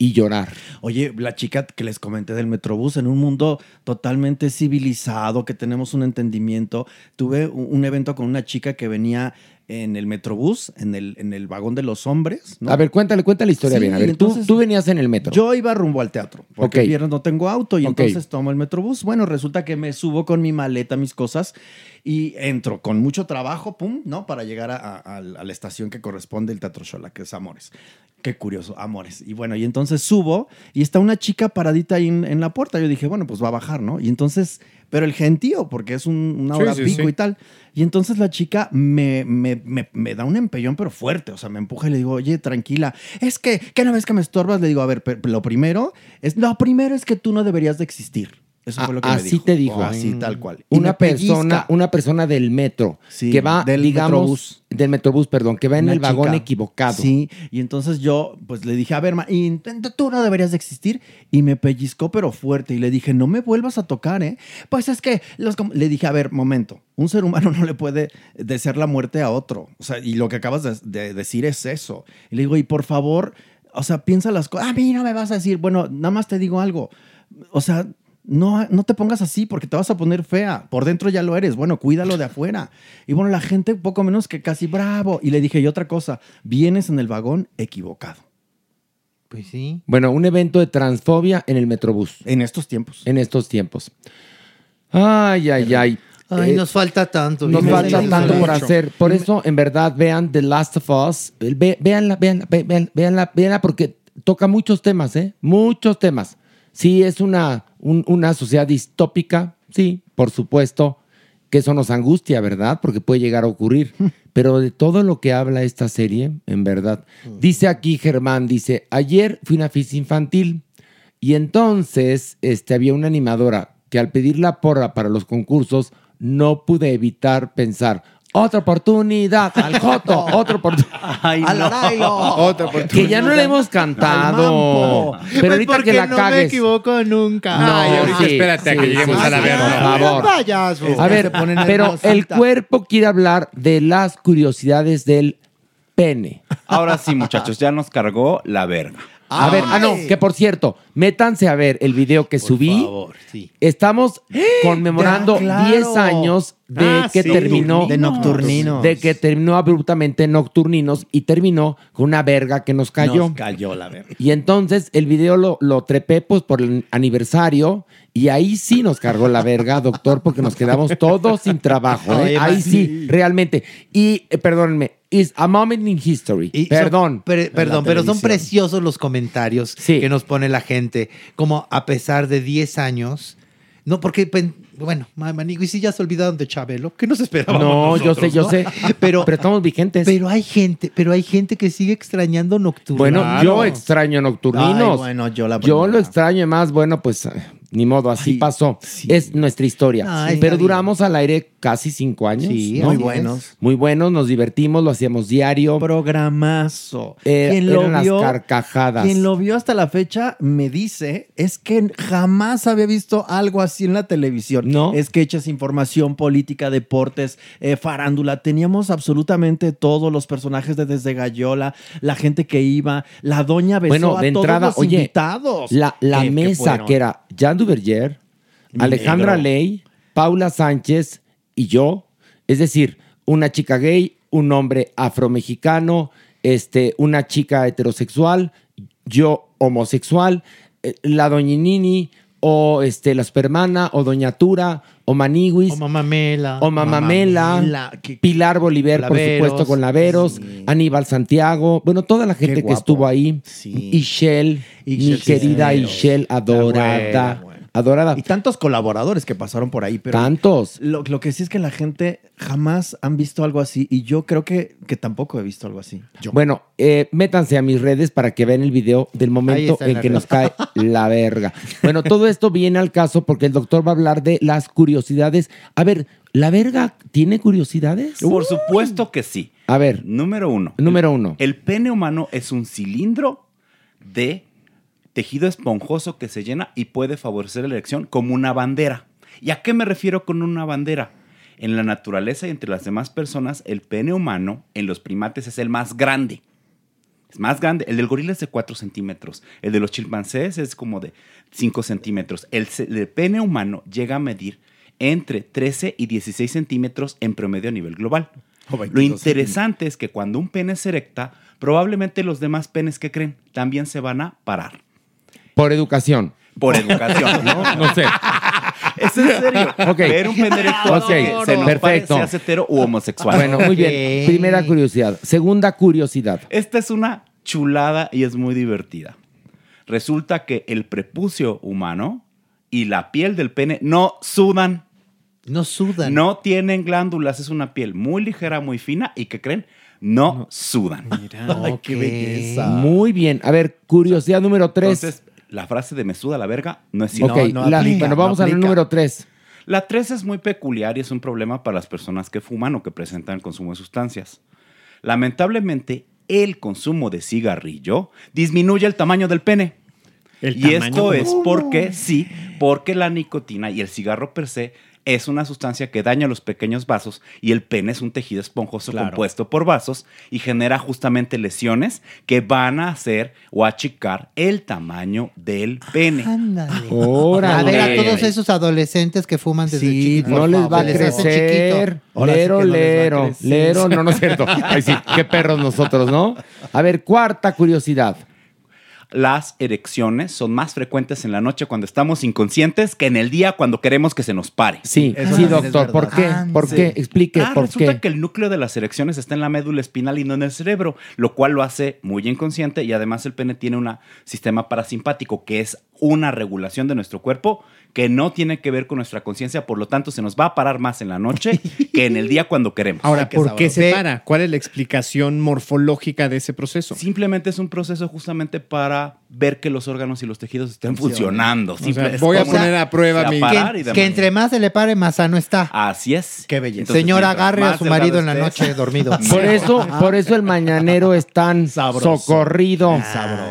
y llorar. Oye, la chica que les comenté del Metrobús, en un mundo totalmente civilizado, que tenemos un entendimiento, tuve un evento con una chica que venía en el Metrobús, en el, en el vagón de los hombres. ¿no? A ver, cuéntale, cuéntale la historia Sí, bien. A ver, tú, entonces- tú venías en el metro. Yo iba rumbo al teatro, porque Ok. el viernes no tengo auto y Ok. entonces tomo el Metrobús. Bueno, resulta que me subo con mi maleta, mis cosas, y entro con mucho trabajo, pum, ¿no? Para llegar a, a- a la estación que corresponde el Teatro Xola, que es Amores. Qué curioso, Amores. Y bueno, y entonces subo y está una chica paradita ahí en, en la puerta. Yo dije, bueno, pues va a bajar, ¿no? Y entonces, pero el gentío, porque es un- una Sí, hora sí, pico sí. y tal. Y entonces la chica me, me, me- me da un empellón, pero fuerte. O sea, me empuja y le digo, oye, tranquila. Es que, ¿qué no ves que me estorbas? Le digo, a ver, pe- lo primero es, lo primero es que tú no deberías de existir. Eso fue lo que me así dijo. te dijo. así, tal cual. Y Una me pellizca. persona, una persona del metro Sí, que va, del digamos, Metrobús. del metrobús, perdón, que va en Una el vagón chica. equivocado. Sí, y entonces yo pues le dije, a ver, ma, intenta, tú no deberías de existir. Y me pellizcó, pero fuerte. Y le dije, no me vuelvas a tocar, ¿eh? Pues es que los... com-". Le dije, a ver, momento. Un ser humano no le puede desear la muerte a otro. O sea, y lo que acabas de, de decir es eso. Y le digo, y por favor, o sea, piensa las cosas. A mí no me vas a decir, bueno, nada más te digo algo. O sea, no, no te pongas así porque te vas a poner fea. Por dentro ya lo eres. Bueno, cuídalo de afuera. Y bueno, la gente poco menos que casi bravo. Y le dije, y otra cosa, vienes en el vagón equivocado. Pues sí. Bueno, un evento de transfobia en el metrobús. En estos tiempos. En estos tiempos. Ay, ay, ay. Ay, Eh, nos falta tanto. Nos Vivi. falta Sí, tanto sí. por hacer. Por eso, en verdad, vean The Last of Us. Ve- Veanla, veanla, ve- vean- veanla, veanla, porque toca muchos temas, ¿eh? Muchos temas. Sí, es una, un- una sociedad distópica, sí, por supuesto, que eso nos angustia, ¿verdad? Porque puede llegar a ocurrir. Pero de todo lo que habla esta serie, en verdad. Dice aquí Germán, dice, ayer fui a una fiesta infantil. Y entonces este, había una animadora que al pedir la porra para los concursos no pude evitar pensar, otra oportunidad, al Joto, otra oportunidad. Al no. Arailo. Otra oportunidad. Que ya no le hemos cantado. Mampo. Pero Pues ahorita porque que la no me cagues. equivoco nunca. Ay, ahorita espérate a que lleguemos a la verga. Por favor. Ay, payaso. Es que A ver, se ponen pero hermosita. el cuerpo quiere hablar de las curiosidades del pene. Ahora sí, muchachos, ya nos cargó la verga. A ver, ah, no, que por cierto, métanse a ver el video que subí. Estamos conmemorando Ah, claro. 10 años de Ah, que sí. terminó. De Nocturninos. De que terminó abruptamente Nocturninos y terminó con una verga que nos cayó. Nos cayó la verga. y entonces el video lo, lo trepé pues por el aniversario y ahí sí nos cargó la verga, doctor, porque nos quedamos todos sin trabajo. ¿eh? Oye, ahí ma- sí, realmente. Y eh, perdónenme, is a moment in history. Y son- Perdón. pre- perdón, pero son precios. preciosos los comentarios que nos pone la gente. Como a pesar de 10 años. No, porque, pen- bueno, ma- manigo, y si ya se olvidaron de Chabelo, ¿qué nos esperábamos? No, yo nosotros, sé, yo no? sé. Pero, estamos vigentes. Pero hay gente, pero hay gente que sigue extrañando Nocturno. Bueno, yo extraño Nocturninos. Ay, bueno, yo la lo extraño y más, bueno, pues eh, ni modo, así pasó. Es nuestra historia. Ay, está pero bien. duramos al aire casi cinco años. Sí, ¿no? muy buenos. Muy buenos, nos divertimos, lo hacíamos diario. Programazo. Eh, ¿Quién lo eran las vio? carcajadas. Quien lo vio hasta la fecha me dice es que jamás había visto algo así en la televisión. No. Sketches, información, política, deportes, eh, farándula. Teníamos absolutamente todos los personajes de Desde Gallola, la gente que iba, la doña besó Bueno, a de todos entrada, los oye, invitados. Eh, la, la que- que mesa que, fueron. era Jan Duverger, Mi Alejandra negro. Ley, Paula Sánchez y yo, es decir, una chica gay, un hombre afromexicano, este, una chica heterosexual, yo homosexual, eh, la doña Nini o este, la supermana o doña Tura o Maniguis. O Mamamela. O Mamamela. Mamamela, Pilar Bolívar, por Laveros. supuesto, con Laveros. Aníbal Santiago. Bueno, toda la gente que guapo. estuvo ahí. Y Shell, mi Ishel querida Cisneros. Ishel, adorada. La buena. Adorada. Y tantos colaboradores que pasaron por ahí, pero. Tantos. Lo, lo que sí es que la gente jamás han visto algo así y yo creo que, que tampoco he visto algo así. Bueno, eh, métanse a mis redes para que vean el video del Ahí momento está en en las que nos redes. cae la verga. Bueno, todo esto viene al caso porque el doctor va a hablar de las curiosidades. A ver, ¿la verga tiene curiosidades? Por supuesto que sí. A ver. Número uno. Número uno. El pene humano es un cilindro de tejido esponjoso que se llena y puede favorecer la erección como una bandera. ¿Y a qué me refiero con una bandera? En la naturaleza y entre las demás personas, el pene humano en los primates es el más grande. Es más grande. El del gorila es de 4 centímetros. El de los chimpancés es como de 5 centímetros. El, ce- el pene humano llega a medir entre 13 y 16 centímetros en promedio a nivel global. Lo 22 interesante es que cuando un pene se erecta, probablemente los demás penes que creen también se van a parar. Por educación. Por educación, ¿no? No sé. Es en serio. Ok. Ver un pene erecto Ok, hace que se nos pare, perfecto. sea hetero u homosexual. Bueno, muy bien. Primera curiosidad. Segunda curiosidad. Esta es una chulada y es muy divertida. Resulta que el prepucio humano y la piel del pene no sudan. No sudan. No tienen glándulas. Es una piel muy ligera, muy fina y que creen, no, sudan. Ay, qué belleza. Muy bien. A ver, curiosidad número tres. Entonces, la frase de me suda la verga no es ok, la- bueno, vamos al número tres. La 3 es muy peculiar y es un problema para las personas que fuman o que presentan el consumo de sustancias. Lamentablemente, el consumo de cigarrillo disminuye el tamaño del pene. y tamaño? esto es ¿Cómo? porque, sí, porque la nicotina y el cigarro per se es una sustancia que daña los pequeños vasos y el pene es un tejido esponjoso Claro. compuesto por vasos y genera justamente lesiones que van a hacer o achicar el tamaño del pene. Ándale. Órale. A ver, a todos esos adolescentes que fuman desde Sí, chiquitos. no por les favor, va a les hace crecer. chiquito. Lero, Ahora sí que no les va a lero, crecer. lero. No, no es cierto. Ay, sí, qué perros nosotros, ¿no? A ver, cuarta curiosidad. las erecciones son más frecuentes en la noche cuando estamos inconscientes que en el día cuando queremos que se nos pare. Sí, sí, doctor. ¿Por qué? ¿Por qué? Explique, Ah, ¿por resulta qué? que el núcleo de las erecciones está en la médula espinal y no en el cerebro, lo cual lo hace muy inconsciente y además el pene tiene un sistema parasimpático que es una regulación de nuestro cuerpo que no tiene que ver con nuestra conciencia, por lo tanto se nos va a parar más en la noche que en el día cuando queremos. Ahora, ¿por qué se para? ¿Cuál es la explicación morfológica de ese proceso? Simplemente es un proceso justamente para ver que los órganos y los tejidos estén funcionando. O sea, Simple- es voy a como poner una- a prueba o sea, mi- parar y Que, demás. que entre más se le pare, más sano está. Así es. Qué belleza. Señora, agarre a su marido en la noche dormido. Ah, Por eso, por eso el mañanero es tan socorrido. Ah,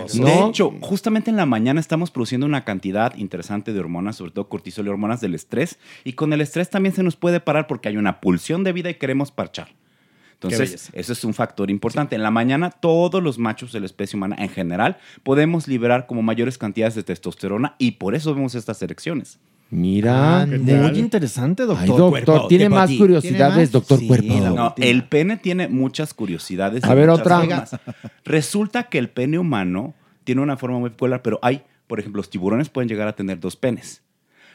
Sabroso. ¿No? De hecho, justamente en la mañana estamos produciendo una cantidad interesante de hormonas, sobre todo cortisol y hormonas del estrés. Y con el estrés también se nos puede parar porque hay una pulsión de vida y queremos parchar. Entonces, belleza. eso es un factor importante. En la mañana, todos los machos de la especie humana en general podemos liberar como mayores cantidades de testosterona y por eso vemos estas erecciones. Mira. Muy interesante, doctor. Ay, doctor, Cuerpo, tiene tipo más a ti. curiosidades, ¿Tiene más? doctor Cuerpo. No, el pene tiene muchas curiosidades. y A ver, muchas otra. formas. Resulta que el pene humano tiene una forma muy peculiar, pero hay, por ejemplo, los tiburones pueden llegar a tener dos penes.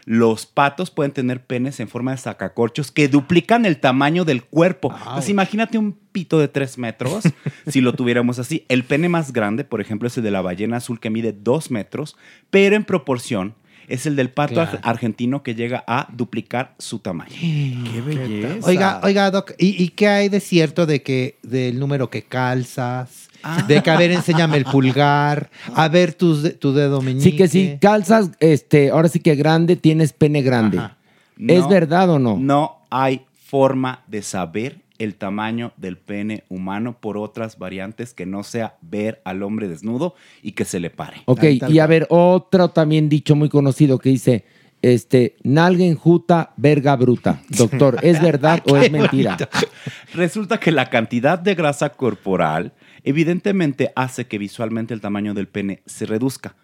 Los patos pueden tener penes en forma de sacacorchos que duplican el tamaño del cuerpo. Entonces, imagínate un pito de tres metros si lo tuviéramos así. El pene más grande, por ejemplo, es el de la ballena azul que mide dos metros, pero en proporción es el del pato Claro. ar- argentino que llega a duplicar su tamaño. ¡Qué belleza! Oiga, oiga, Doc, ¿y, y qué hay de cierto de que del número que calzas? Ah. De que, a ver, enséñame el pulgar, a ver tus de- tu dedo meñique. Sí que sí, calzas, este, ahora sí que grande, tienes pene grande. ¿Es No. verdad o no? No hay forma de saber el tamaño del pene humano por otras variantes que no sea ver al hombre desnudo y que se le pare. Ok, y a ver, otro también dicho muy conocido que dice, este, nalguen juta, verga bruta. Doctor, ¿es verdad o es mentira? Ah, Resulta que la cantidad de grasa corporal evidentemente hace que visualmente el tamaño del pene se reduzca.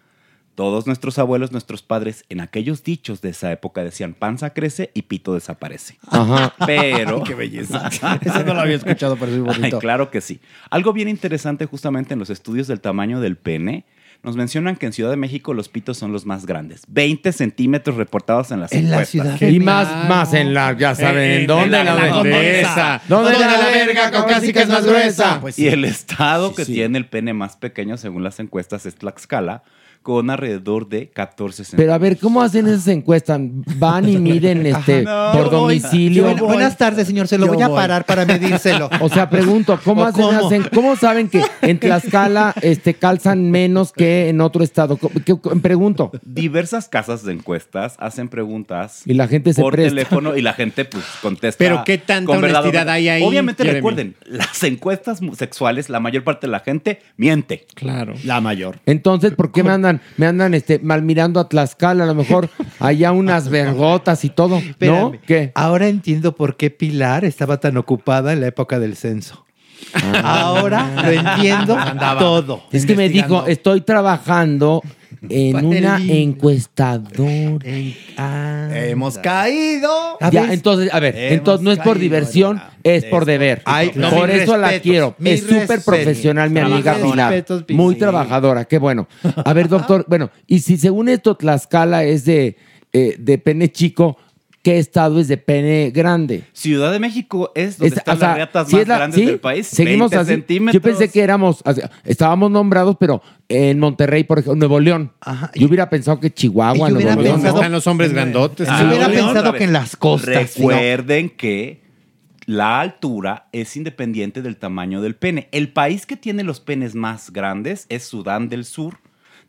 Todos nuestros abuelos, nuestros padres, en aquellos dichos de esa época decían panza crece y pito desaparece. Ajá. Pero... Qué belleza. Eso no lo había escuchado, pero es muy Ay, bonito. claro que sí. Algo bien interesante justamente en los estudios del tamaño del pene, nos mencionan que en Ciudad de México los pitos son los más grandes. 20 centímetros reportados en las En la encuestas. Ciudad de Y más- México. más en la- ya saben, Eh, ¿en dónde la grandeza? ¿Dónde la verga con casi que es más gruesa? Pues y sí. el estado que tiene el pene más pequeño según las encuestas es Tlaxcala, con alrededor de 14 centímetros. Pero a ver, ¿cómo hacen esas encuestas? Van y miden este No, por yo voy, domicilio. yo voy. Buenas tardes, señor. Se lo voy a parar para medírselo. O sea, pregunto, ¿cómo ¿O hacen cómo? hacen- cómo saben que en Tlaxcala este, calzan menos que en otro estado? Co- que- co- pregunto. Diversas casas de encuestas hacen preguntas Y la gente se por presta. teléfono y la gente pues contesta. Pero, ¿qué tanta con verdad o honestidad mentira. hay ahí, Obviamente Jeremy? recuerden, las encuestas mu- sexuales, la mayor parte de la gente miente. Claro. La mayor. Entonces, ¿por qué me andan, me andan este, mal mirando a Tlaxcala? A lo mejor allá unas vergotas y todo, ¿no? Espérame. Ahora entiendo por qué Pilar estaba tan ocupada en la época del censo. Ahora lo entiendo Andaba todo. Es que me Investigando. dijo, estoy trabajando en Para una el- encuestadora. Eh, Hemos caído. Ya, entonces, a ver, Hemos entonces no es por caído diversión, es por deber. Ay, Eh, no, por mis eso la respetos, quiero. mis Es súper respetos. profesional, mi amiga Mis Pilar. respetos, Pilar. Muy trabajadora, qué bueno. A ver, doctor, bueno, y si según esto Tlaxcala es de, eh, de pene chico, ¿qué estado es de pene grande? Ciudad de México es donde Es- están o sea, las reatas sí más es la- grandes sí, del país. Seguimos 20 así. centímetros. Yo pensé que éramos, así, estábamos nombrados, pero en Monterrey, por ejemplo, Nuevo León. yo hubiera pensado que Chihuahua, y yo Nuevo hubiera León. pensado- ¿no? Están los hombres grandotes. Ah, hubiera Nuevo León, pensado otra que en vez. las costas, Recuerden que la altura es independiente del tamaño del pene. El país que tiene los penes más grandes es Sudán del Sur,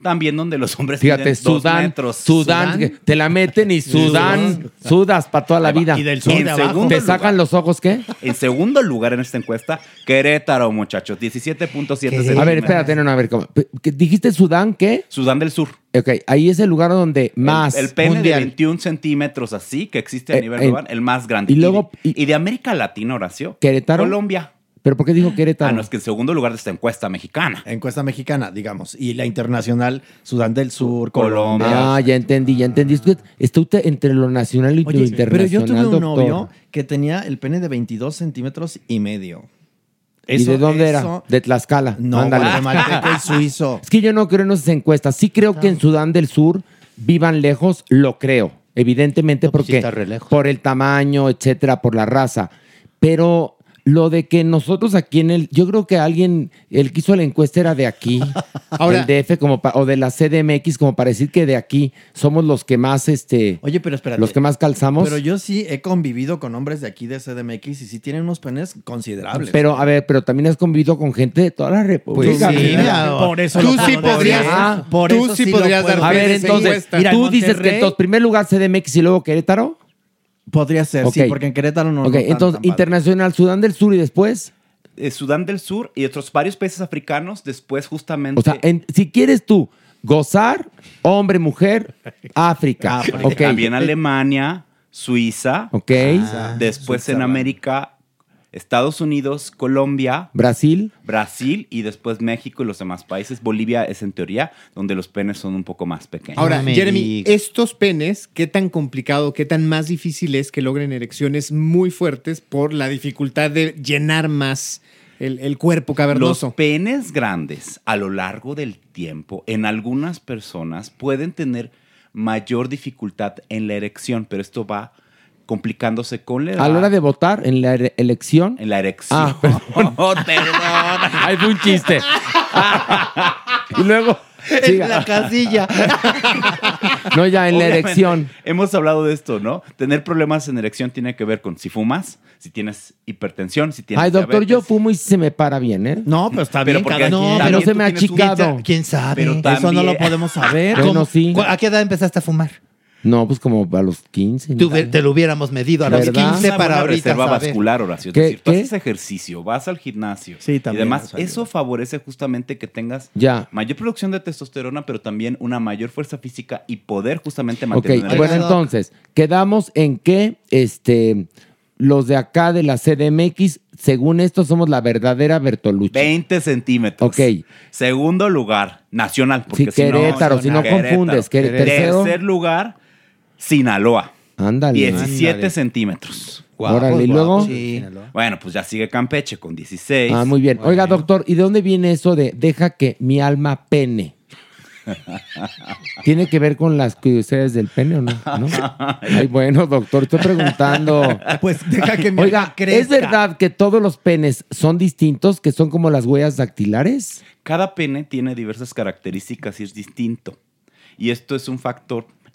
también donde los hombres Fíjate, miden dos Sudán, metros. Sudán, que te la meten y Sudán, sudas para toda la vida. Y del sur En de abajo. segundo ¿Te sacan los ojos qué? En segundo lugar en esta encuesta, Querétaro, muchachos, 17.7 A ver, centímetros. espérate, no, no, a ver, ¿cómo? ¿Qué- ¿dijiste Sudán qué? Sudán del Sur. Ok, ahí es el lugar donde más. El pene de mundial. 21 centímetros así que existe a Eh, nivel eh, global, el más grande. y luego- y, de- y de América Latina, Horacio. ¿Querétaro? Colombia. ¿Pero por qué dijo Querétaro? Ah, no, es que en segundo lugar de esta encuesta mexicana. Encuesta mexicana, digamos. Y la internacional, Sudán del Sur, Colombia. Ah, ya entendí, ya entendí. Es que Está usted entre lo nacional y lo Oye, pero internacional, yo tuve un doctor. novio que tenía el pene de 22 centímetros y medio. ¿Y Eso- de dónde eso- era? De Tlaxcala. No, Ándale. guatemalteco y suizo. Es que yo no creo en esas encuestas. Sí creo que en Sudán del Sur vivan lejos, lo creo. Evidentemente pues porque por el tamaño, etcétera, por la raza. Pero lo de que nosotros aquí en el... Yo creo que alguien, el que hizo la encuesta era de aquí, Ahora- del DF como pa- o de la CDMX, como para decir que de aquí somos los que más, este... Oye, pero espérate. Los que más calzamos. Pero yo sí he convivido con hombres de aquí de CDMX y sí tienen unos penes considerables. Pero, a ver, pero también has convivido con gente de toda la República. Pues sí, Mira. por eso Tú lo sí puedo podrías- decir. Ah, por eso sí lo puedo A ver, decir. entonces, Mira, tú en dices que Monterrey- en primer lugar CDMX y luego Querétaro. Podría ser, Ok. sí, porque en Querétaro no. ok, no tan- entonces, tan padre. internacional, Sudán del Sur y después. Eh, Sudán del Sur y otros varios países africanos, después justamente... O sea, en- si quieres tú gozar, hombre, mujer, África. África. Ok. También Alemania, Suiza. Ok. Ah, después Suiza, en vale. América, Estados Unidos, Colombia, Brasil. Brasil y después México y los demás países. Bolivia es en teoría donde los penes son un poco más pequeños. Ahora, Jeremy, estos penes, ¿qué tan complicado, qué tan más difícil es que logren erecciones muy fuertes por la dificultad de llenar más el, el cuerpo cavernoso? Los penes grandes a lo largo del tiempo en algunas personas pueden tener mayor dificultad en la erección, pero esto va complicándose con la edad. A la hora de votar en la ere- elección. En la erección. Ah, perdón. Oh, perdón. Ahí fue un chiste. y luego. siga. No, ya en la Obviamente, erección. Hemos hablado de esto, ¿no? Tener problemas en erección tiene que ver con si fumas, si tienes hipertensión, si tienes. Ay, doctor, diabetes. yo fumo y se me para bien, ¿eh? No, pero está Pero pues, bien, porque cada No, quien. pero también se tú me ha tienes un- achicado. ¿Quién sabe? Pero Eso no también- lo podemos saber. Bueno, ¿Cómo- sí. cu- ¿A qué edad empezaste a fumar? No, pues como a los 15. Te ¿no? hubie- te lo hubiéramos medido a los ¿Verdad? 15 Una para buena ahorita. reserva saber. vascular, Horacio. Es ¿Qué- decir, tú qué? haces ejercicio, vas al gimnasio. también, Y además, eso ayuda. eso favorece justamente que tengas Ya. mayor producción de testosterona, pero también una mayor fuerza física y poder justamente Ok, mantener. la bueno, erección. entonces, quedamos en que este, los de acá de la CDMX, según esto, somos la verdadera Bertolucci. 20 centímetros. Ok. Segundo lugar, nacional. Porque Sí, Querétaro, si no confundes, que- tercero. Tercer lugar, Sinaloa. Ándale. 17 Ándale. centímetros. Órale, ¿y luego? Bueno, pues ya sigue Campeche con 16. Ah, muy bien. Oiga, doctor, ¿y de dónde viene eso de deja que mi alma pene? ¿Tiene que ver con las curiosidades del pene o no? ¿No? Ay, bueno, doctor, estoy preguntando. Pues deja que mi Oiga, alma crezca. ¿es verdad que todos los penes son distintos, que son como las huellas dactilares? Cada pene tiene diversas características y es distinto. Y esto es un factor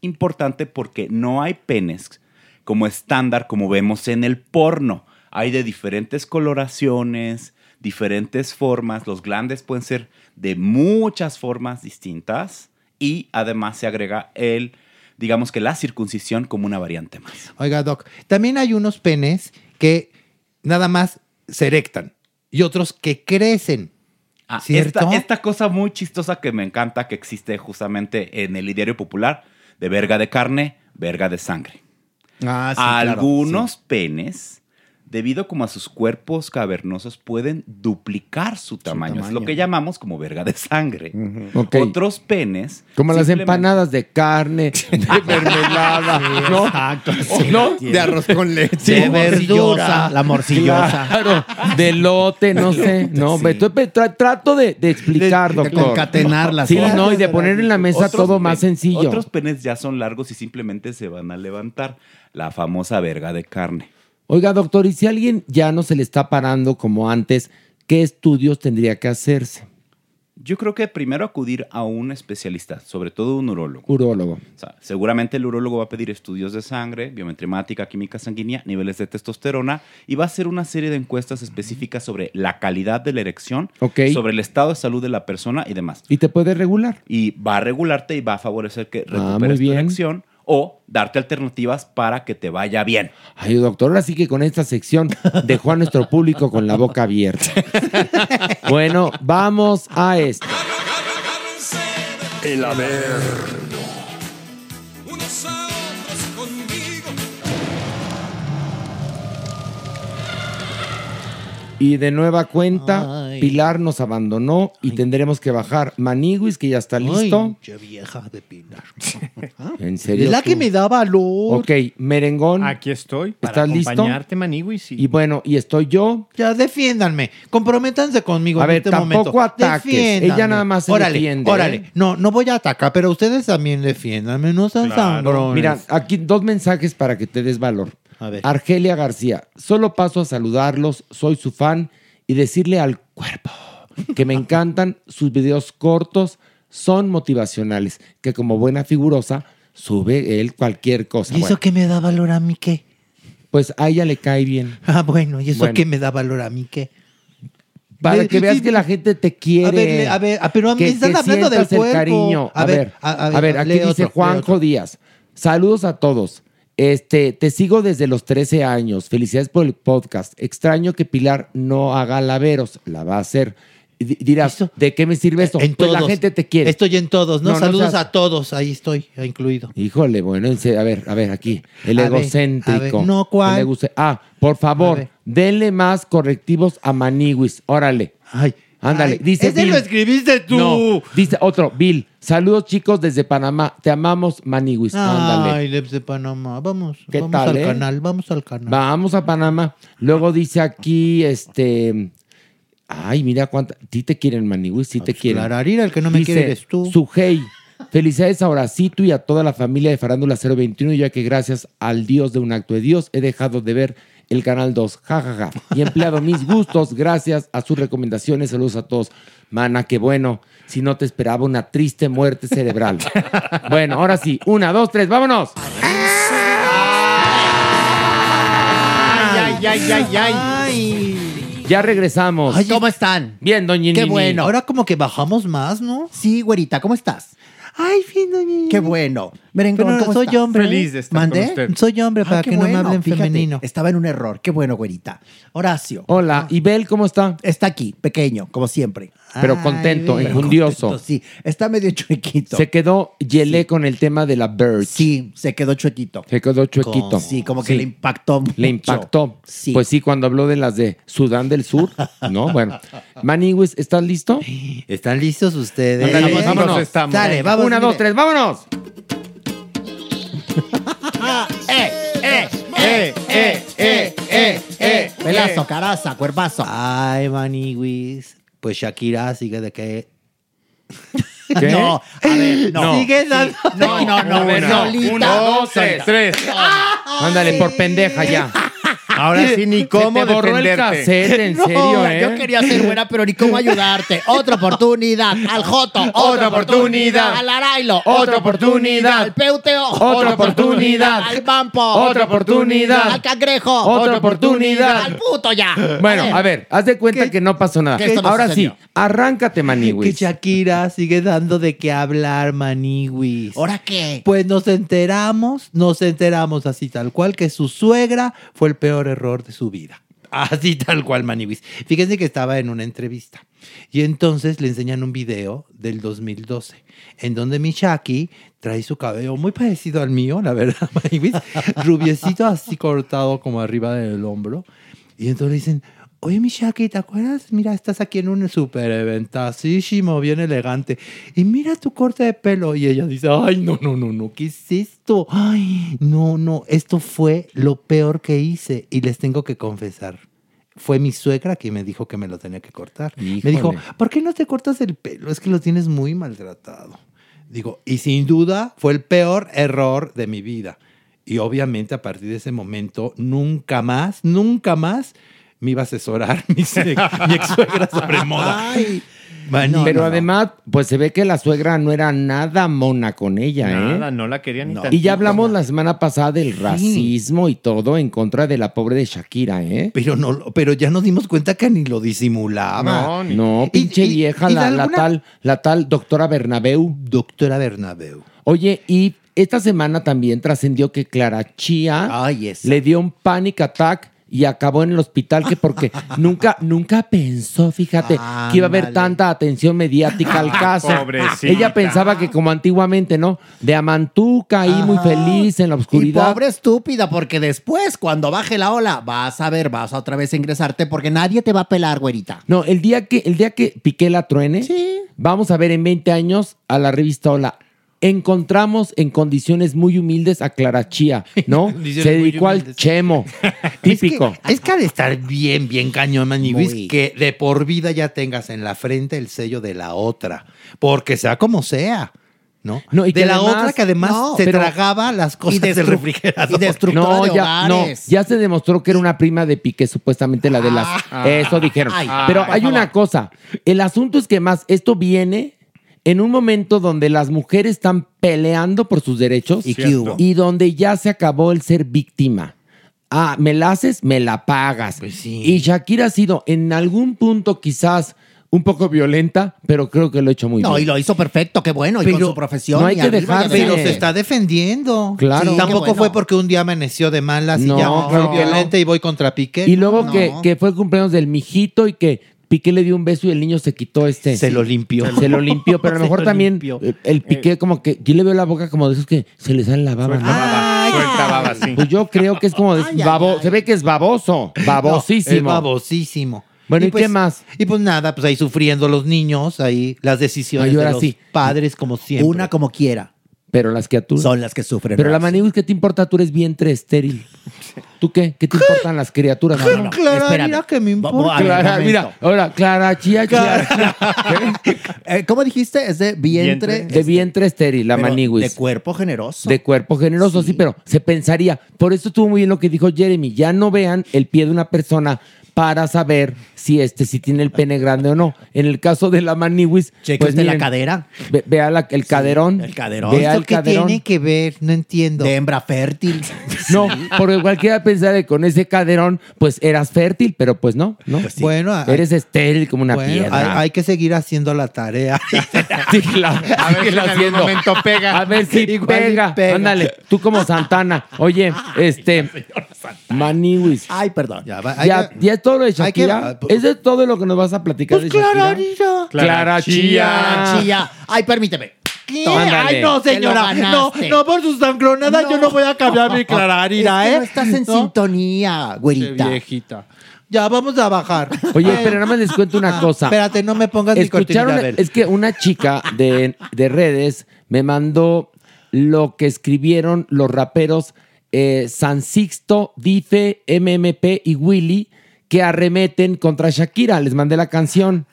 importante porque no hay penes como estándar como vemos en el porno. Hay de diferentes coloraciones, diferentes formas. Los glandes pueden ser de muchas formas distintas y además se agrega el, digamos que la circuncisión como una variante más. Oiga, Doc, también hay unos penes que nada más se erectan y otros que crecen. Ah, ¿Cierto? Esta, esta cosa muy chistosa que me encanta que existe justamente en el ideario popular de verga de carne, verga de sangre. Ah, Ah, sí, claro, Algunos penes debido como a sus cuerpos cavernosos, pueden duplicar su tamaño. Es lo tamaño. que llamamos como verga de sangre. Ok. Otros penes... Como las simplemente- empanadas de carne, de mermelada, Sí, ¿no? exacto, O sí, ¿no? entiendo. De arroz con leche. De morcillosa, la morcillosa. Claro, de lote, no sé. No, Estoy- tra- trato de, de explicar, doctor. concatenarlas. Sí, no, y de poner en la mesa Otros todo pe- más sencillo. Otros penes ya son largos y simplemente se van a levantar. La famosa verga de carne. Oiga, doctor, y si alguien ya no se le está parando como antes, ¿qué estudios tendría que hacerse? Yo creo que primero acudir a un especialista, sobre todo un urólogo. Urólogo. O sea, seguramente el urólogo va a pedir estudios de sangre, biometremática, química sanguínea, niveles de testosterona y va a hacer una serie de encuestas específicas sobre la calidad de la erección, Ok. sobre el estado de salud de la persona y demás. ¿Y te puede regular? Y va a regularte y va a favorecer que Ah, recuperes muy tu bien. erección o darte alternativas para que te vaya bien. Ay, doctor, ahora sí que con esta sección dejó a nuestro público con la boca abierta. Bueno, vamos a esto. El haber. Y de nueva cuenta, Ay. Pilar nos abandonó y tendremos que bajar Maniguis, que ya está listo. Che vieja de Pilar. En serio. Es la que tú? me da valor. Ok, merengón. Aquí estoy. Para ¿Estás listo? acompañarte, Maniguis. Y bueno, y estoy yo. Ya defiéndanme, comprométanse conmigo A en ver, este tampoco momento. ataques, Defiéndanme. ella nada más se órale, defiende, Órale, ¿eh? no, no voy a atacar, pero ustedes también defiéndanme, no sean zambrones. Mira, aquí dos mensajes para que te des valor. A ver. Argelia García, solo paso a saludarlos, soy su fan y decirle al cuerpo que me encantan sus videos cortos, son motivacionales, que como buena figurosa sube él cualquier cosa. ¿Y eso Bueno, que me da valor a mí qué? Pues a ella le cae bien. Ah, bueno, ¿y eso Bueno. que me da valor a mí qué? Para Ve- que veas sí, que la gente te quiere. A ver, le- a ver, ah, pero a mí que- están que hablando del sientas el cuerpo. cariño. A, A ver, ver, a- a a ver, ver, aquí lee dice otro, lee Juanjo otro. Díaz. Saludos a todos. Este, te sigo desde los 13 años. Felicidades por el podcast. Extraño que Pilar no haga laveros. La va a hacer. Y di- Dirás, ¿de qué me sirve esto? Eh, En pues la todos. gente te quiere. Estoy en todos, ¿no? No, no Saludos seas- a todos, ahí estoy, incluido. Híjole, bueno, en serio, a ver, a ver, aquí. El A ver, egocéntrico. a ver, no, ¿cuál? El egoce- ah, por favor, denle más correctivos a Maniwis. Órale. Ay. Ándale. dice ese Bill. lo escribiste tú. No, dice otro, Bill. Saludos, chicos, desde Panamá. Te amamos, Maniwis. Ándale. Ay, Leps de Panamá, vamos, ¿Qué vamos tal, al eh? canal, vamos al canal. Vamos a Panamá. Luego dice aquí, este. Ay, mira cuánta. Sí te quieren, Maniwis, sí te quieren. clararira, Pues el que no me Dice, quiere eres tú. Sujei. Felicidades a Horacito y a toda la familia de Farándula 021, ya que gracias al Dios de un acto de Dios he dejado de ver el canal 2. jajaja, Y he empleado mis gustos gracias a sus recomendaciones. Saludos a todos. Mana, qué bueno. Si no te esperaba una triste muerte cerebral. Bueno, ahora sí. Una, dos, tres, vámonos. Ay, ay, ay, ay, ay. Ya regresamos. ¿Cómo están? Bien, doña Qué Nini. bueno. Ahora como que bajamos más, ¿no? Sí, güerita, ¿cómo estás? Ay, fin, doña Qué bueno. Merengón, Pero ¿cómo soy estás? hombre, Feliz de estar ¿Mandé? con usted. Soy hombre, para Ah, qué que no me hablen femenino. Estaba en un error. Qué bueno, güerita. Horacio. Ah. Hola, ¿y Bel cómo está? Está aquí, pequeño, como siempre. Pero contento, Pero enjundioso. contento, Sí, está medio chuequito. Se quedó Yelé con el tema de la Bird. Sí, se quedó chuequito. Se quedó chuequito. Como- sí, como que le impactó mucho. Le impactó. Sí. Pues sí, cuando habló de las de Sudán del Sur, ¿no? Bueno. Maniwis, ¿estás listo? ¿Están listos ustedes? Ándale, Estamos, vámonos. estamos. Dale, vamos, Una, mire. dos, tres, vámonos. ¡Eh, eh, eh, eh, eh, eh! Pelazo, caraza, cuerpazo. Ay, Maniwis. Pues Shakira sigue de que. ¿Qué? No, a ver, no. Sigue dando. No, no, no, Una, solita. una, dos, solita. tres, tres. Ándale, por pendeja ya. Ahora sí, ni cómo Se te borró el defenderte. cassette, eh, en No, serio, ¿eh? Yo quería ser buena, pero ni cómo ayudarte. Otra oportunidad. Al Joto. Otra, oportunidad. Al Arailo. Otra oportunidad. Al Peuteo. Otra oportunidad. Al Bampo. Otra oportunidad. Al Cangrejo. Otra oportunidad. Al puto ya. Eh. Bueno, a ver, haz de cuenta que no pasó nada. que esto no Ahora sí, sucedió. arráncate, Que Maniwis. Shakira sigue dando de qué hablar, Maniwis. ¿Ahora qué? Pues nos enteramos, nos enteramos así tal cual que su suegra fue el peor error de su vida. Así tal cual, Maniwis. Fíjense que estaba en una entrevista y entonces le enseñan un video del 2012 en donde mi Shaki trae su cabello muy parecido al mío, la verdad, Maniwis. Rubiecito así cortado como arriba del hombro. Y entonces le dicen, oye, mi Shaki, ¿te acuerdas? Mira, estás aquí en un super eventasísimo, bien elegante. Y mira tu corte de pelo. Y ella dice, ay, no, no, no, no, ¿qué es esto? Ay, no, no, esto fue lo peor que hice. Y les tengo que confesar. Fue mi suegra quien me dijo que me lo tenía que cortar. Me dijo, ¿por qué no te cortas el pelo? Es que lo tienes muy maltratado. Digo, y sin duda fue el peor error de mi vida. Y obviamente a partir de ese momento, nunca más, nunca más me iba a asesorar mi, se- mi ex suegra sobre moda. Manito. pero No, no. además, pues se ve que la suegra no era nada mona con ella, ¿eh? Nada, no la querían ni Y tantito. ya hablamos la semana pasada del racismo y todo en contra de la pobre de Shakira, ¿eh? Pero no, pero ya nos dimos cuenta que ni lo disimulaba. No, pinche vieja, y de la, la alguna- tal, la tal doctora Bernabeu. Doctora Bernabeu. Oye, y esta semana también trascendió que Clara Chía le dio un panic attack y acabó en el hospital que porque nunca, nunca pensó, fíjate, que iba a haber Ándale. tanta atención mediática al Ah, caso. pobrecita. Ella pensaba que como antiguamente, ¿no? De Amantuca ahí muy feliz en la Y oscuridad. pobre estúpida, porque después, cuando baje la ola, vas a ver, vas a otra vez a ingresarte porque nadie te va a pelar, güerita. No, el día que, el día que Piqué la truene, vamos a ver en 20 años a la revista Hola. Encontramos en condiciones muy humildes a Clara Chía, ¿no? Condiciones Se muy dedicó al chemo. Típico. Es que ha de estar bien, bien cañón, Muy. Maniwis, que de por vida ya tengas en la frente el sello de la otra. Porque sea como sea, ¿no? No, y de que la además- otra que además No, se pero- tragaba las cosas del refrigerador. No, ya, no, ya se demostró que era una prima de Piqué, supuestamente la de las. Ah. eso dijeron. Ay, Pero por hay una cosa. El asunto es que más esto viene en un momento donde las mujeres están peleando por sus derechos ¿Y qué Cierto. hubo? y donde ya se acabó el ser víctima. Ah, me la haces, me la pagas. Pues Y Shakira ha sido en algún punto quizás un poco violenta, pero creo que lo ha hecho muy No, bien. y lo hizo perfecto, qué bueno, y con su profesión. no hay y que arriba, dejar, y arriba. pero se Está defendiendo. Claro. Sí, Tampoco qué bueno. fue porque un día amaneció de malas No, y ya soy claro que violenta y voy contra Piqué. Y luego No. que, que fue el cumpleaños del mijito y que Piqué le dio un beso y el niño se quitó este. Se lo limpió. Se lo limpió, pero a Se lo mejor lo también limpió. eh, el Piqué como que yo le veo la boca como de esos que se le sale la baba. ¿no? Suelta baba, sí. Pues yo creo que es como de babo- se ve que es baboso, No, es babosísimo. babosísimo. Bueno, ¿y qué más? Y pues nada, pues ahí sufriendo los niños, ahí las decisiones Ay, ahora de los sí. padres como siempre. Una como quiera. pero las criaturas son las que sufren. Pero la manigua, ¿qué te importa? Tú eres vientre estéril. ¿Tú qué? ¿Qué te importan las criaturas? No, no, no. Clara, Espérame. mira que me importa. Clara, mira, ahora, Clara, chía, chía. Eh, ¿Cómo dijiste? Es de vientre. de vientre estéril, la Pero maniguis. de cuerpo generoso. De cuerpo generoso, sí. pero se pensaría. Por eso estuvo muy bien lo que dijo Jeremy. Ya no vean el pie de una persona para saber si este si tiene el pene grande o no. En el caso de la maniwis, pues Cheque usted la cadera. ve- vea la- el caderón. El caderón. Vea ¿Esto el qué caderón. tiene que ver? No entiendo. De hembra fértil. No, porque cualquiera pensaría que con ese caderón, pues eras fértil, pero pues no, ¿no? Bueno, a- eres estéril como una Bueno, piedra. hay, hay que seguir haciendo la tarea. Sí, claro. A ver si en algún momento pega. A ver si pega. Ándale, tú como Santana. Oye, este. Maniwis. Ay, perdón. Ya, ya, es todo lo de Ah, Shakira. pues, Eso es todo lo que nos vas a platicar de Shakira. Clararira. Clara Chía. Chía. Ay, permíteme. ¿Qué? Ándale. Ay, no, Te lo señora. No, ganaste. no, por sus sanglonadas yo no voy a cambiar mi clararira, Es que ¿eh? No estás en sintonía, güerita. viejita. Ya, vamos a bajar. Ah, Oye, pero nada más les cuento una cosa. Espérate, no me pongas mi cortinilla. Escucharon, a ver. es que una chica de, de redes me mandó lo que escribieron los raperos eh, San Sixto, Dife, MMP y Willy que arremeten contra Shakira. Les mandé la canción.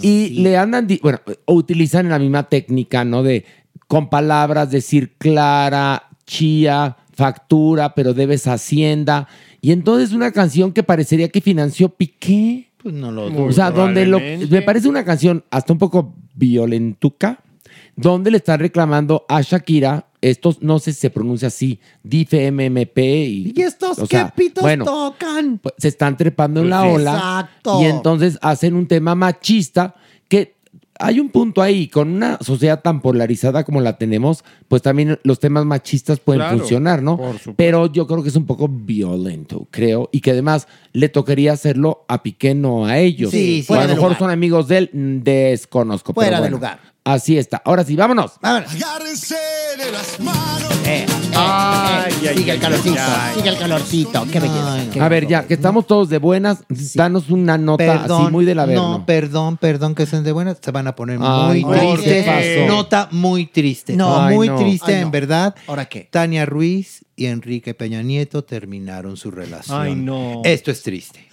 y le andan, di- bueno, utilizan la misma técnica, ¿no? De con palabras decir clara, chía, factura, pero debes hacienda. Y entonces una canción que parecería que financió Piqué. Pues no lo O sea, donde lo, me parece una canción hasta un poco violentuca, donde le están reclamando a Shakira, estos no sé si se pronuncia así, dife MMP y... ¿Y estos o qué sea, pitos bueno, tocan? pues, se están trepando en la Pues, ola exacto. y entonces hacen un tema machista que hay un punto ahí, con una sociedad tan polarizada como la tenemos, pues también los temas machistas pueden Claro, funcionar, ¿no? por supuesto. Pero yo creo que es un poco violento, creo, y que además le tocaría hacerlo a Piqué, no a ellos. Sí, sí, O a fuera lo de mejor lugar. son amigos de él, mm, desconozco. pero Fuera de bueno. lugar. Así está. Ahora sí, vámonos. Vámonos. Agárrense de las manos. Ay, ay, sigue el calorcito, sigue el calorcito. Qué belleza. qué A ver, ya, que estamos todos de buenas, danos una nota así muy de la verga. No, perdón, perdón que estén de buenas. Se van a poner Ay, muy no, tristes. ¿qué pasó? Nota muy triste. No, No, Ay, muy no. triste, Ay, no. en verdad. ¿Ahora qué? Tania Ruiz y Enrique Peña Nieto terminaron su relación. Ay, no. Esto es triste.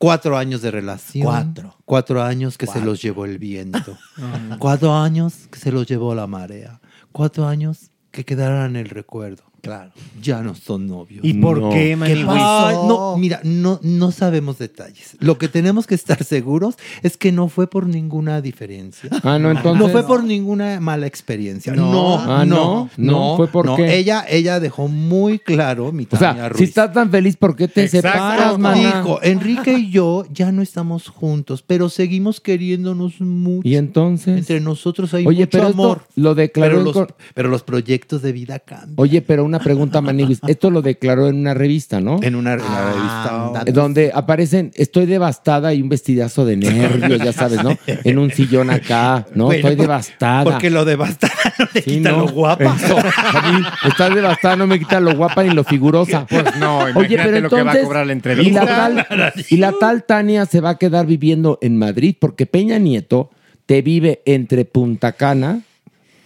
Cuatro años de relación. Cuatro. Cuatro años que se los llevó el viento. Cuatro años que se los llevó la marea. Cuatro años que quedaron en el recuerdo. Claro. Ya no son novios. ¿Y por No. qué, Manigüis? Ay, pasó? no, mira, no, no sabemos detalles. Lo que tenemos que estar seguros es que no fue por ninguna diferencia. Ah, no, entonces- No fue por ninguna mala experiencia. No. No, no, Ah, no, no. no, fue por qué. Ella, ella dejó muy claro, mi O Tania sea, Ruiz. si estás tan feliz, ¿por qué te separas, maná? Dijo, Enrique y yo ya no estamos juntos, pero seguimos queriéndonos mucho. Y entonces. Entre nosotros hay Oye, mucho pero esto amor. lo declaró pero en los, cor- pero los proyectos de vida cambian. Oye, pero una pregunta, Maniguis. Esto lo declaró en una revista, ¿no? En una, en la revista. Donde aparecen, estoy devastada y un vestidazo de nervios, ya sabes, ¿no? En un sillón acá, ¿no? Bueno, estoy por- devastada. Porque lo devastaron, le quitan lo guapa. Eso, a mí, estás devastada, no me quita lo guapa ni lo figurosa. Pues no, Oye, imagínate pero lo que va a entonces, cobrar la y la, entrevista. tal, y la tal Tania se va a quedar viviendo en Madrid porque Peña Nieto te vive entre Punta Cana,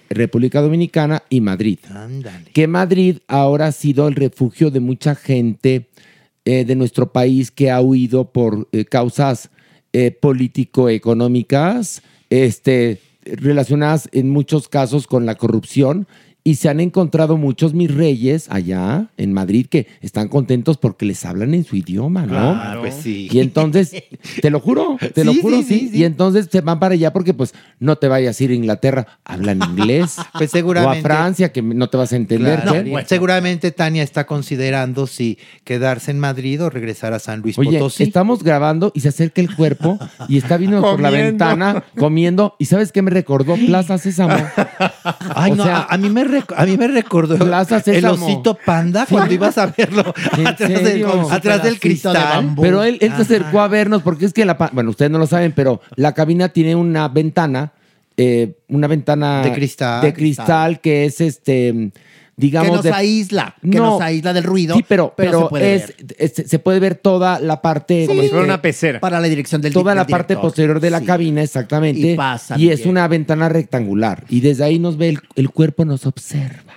República Dominicana y Madrid. Que Madrid ahora ha sido el refugio de mucha gente eh, de nuestro país que ha huido por eh, causas eh, político-económicas, este, relacionadas en muchos casos con la corrupción. Y se han encontrado muchos mis reyes allá en Madrid que están contentos porque les hablan en su idioma, ¿no? Claro, pues sí. Y entonces, te lo juro, te lo Sí, juro, sí, sí, sí, sí. Y entonces se van para allá porque, pues, no te vayas a ir a Inglaterra, hablan inglés. Pues seguramente. O a Francia, que no te vas a entender. Claro. ¿qué? No, Seguramente Tania está considerando si quedarse en Madrid o regresar a San Luis Oye, Potosí. estamos grabando y se acerca el cuerpo y está viendo por la Comiendo. ventana comiendo. ¿Y sabes qué me recordó? Plaza Sésamo. Ay, no, a, a mí me rec- a mí me recordó el Sésamo. osito panda cuando ibas a verlo atrás, del- serio? atrás del cristal. Pero él, él se acercó a vernos porque es que la... pa- Bueno, ustedes no lo saben, pero la cabina tiene una ventana, eh, una ventana... De cristal. De cristal que es este... Digamos, que nos de- aísla, que No. nos aísla del ruido. Sí, pero, pero, se puede es, ver. es- se puede ver toda la parte. Como si fuera este, una pecera. Para la dirección del di- Toda del la parte director. posterior de la cabina, exactamente. Y pasa, Y es Miguel. una ventana rectangular. Y desde ahí nos ve, el, el cuerpo nos observa.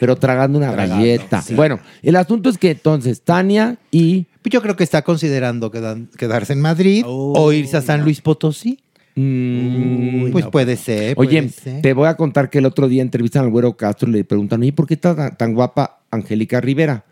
Pero tragando una galleta. Bueno, el asunto es que entonces Tania y. Yo creo que está considerando quedan- quedarse en Madrid o irse a San Luis Potosí. pues puede Eh, ser. Mm, Oye, puede ser. te voy a contar que el otro día entrevistan al güero Castro y le preguntan, ¿y por qué está tan, tan guapa Angélica Rivera?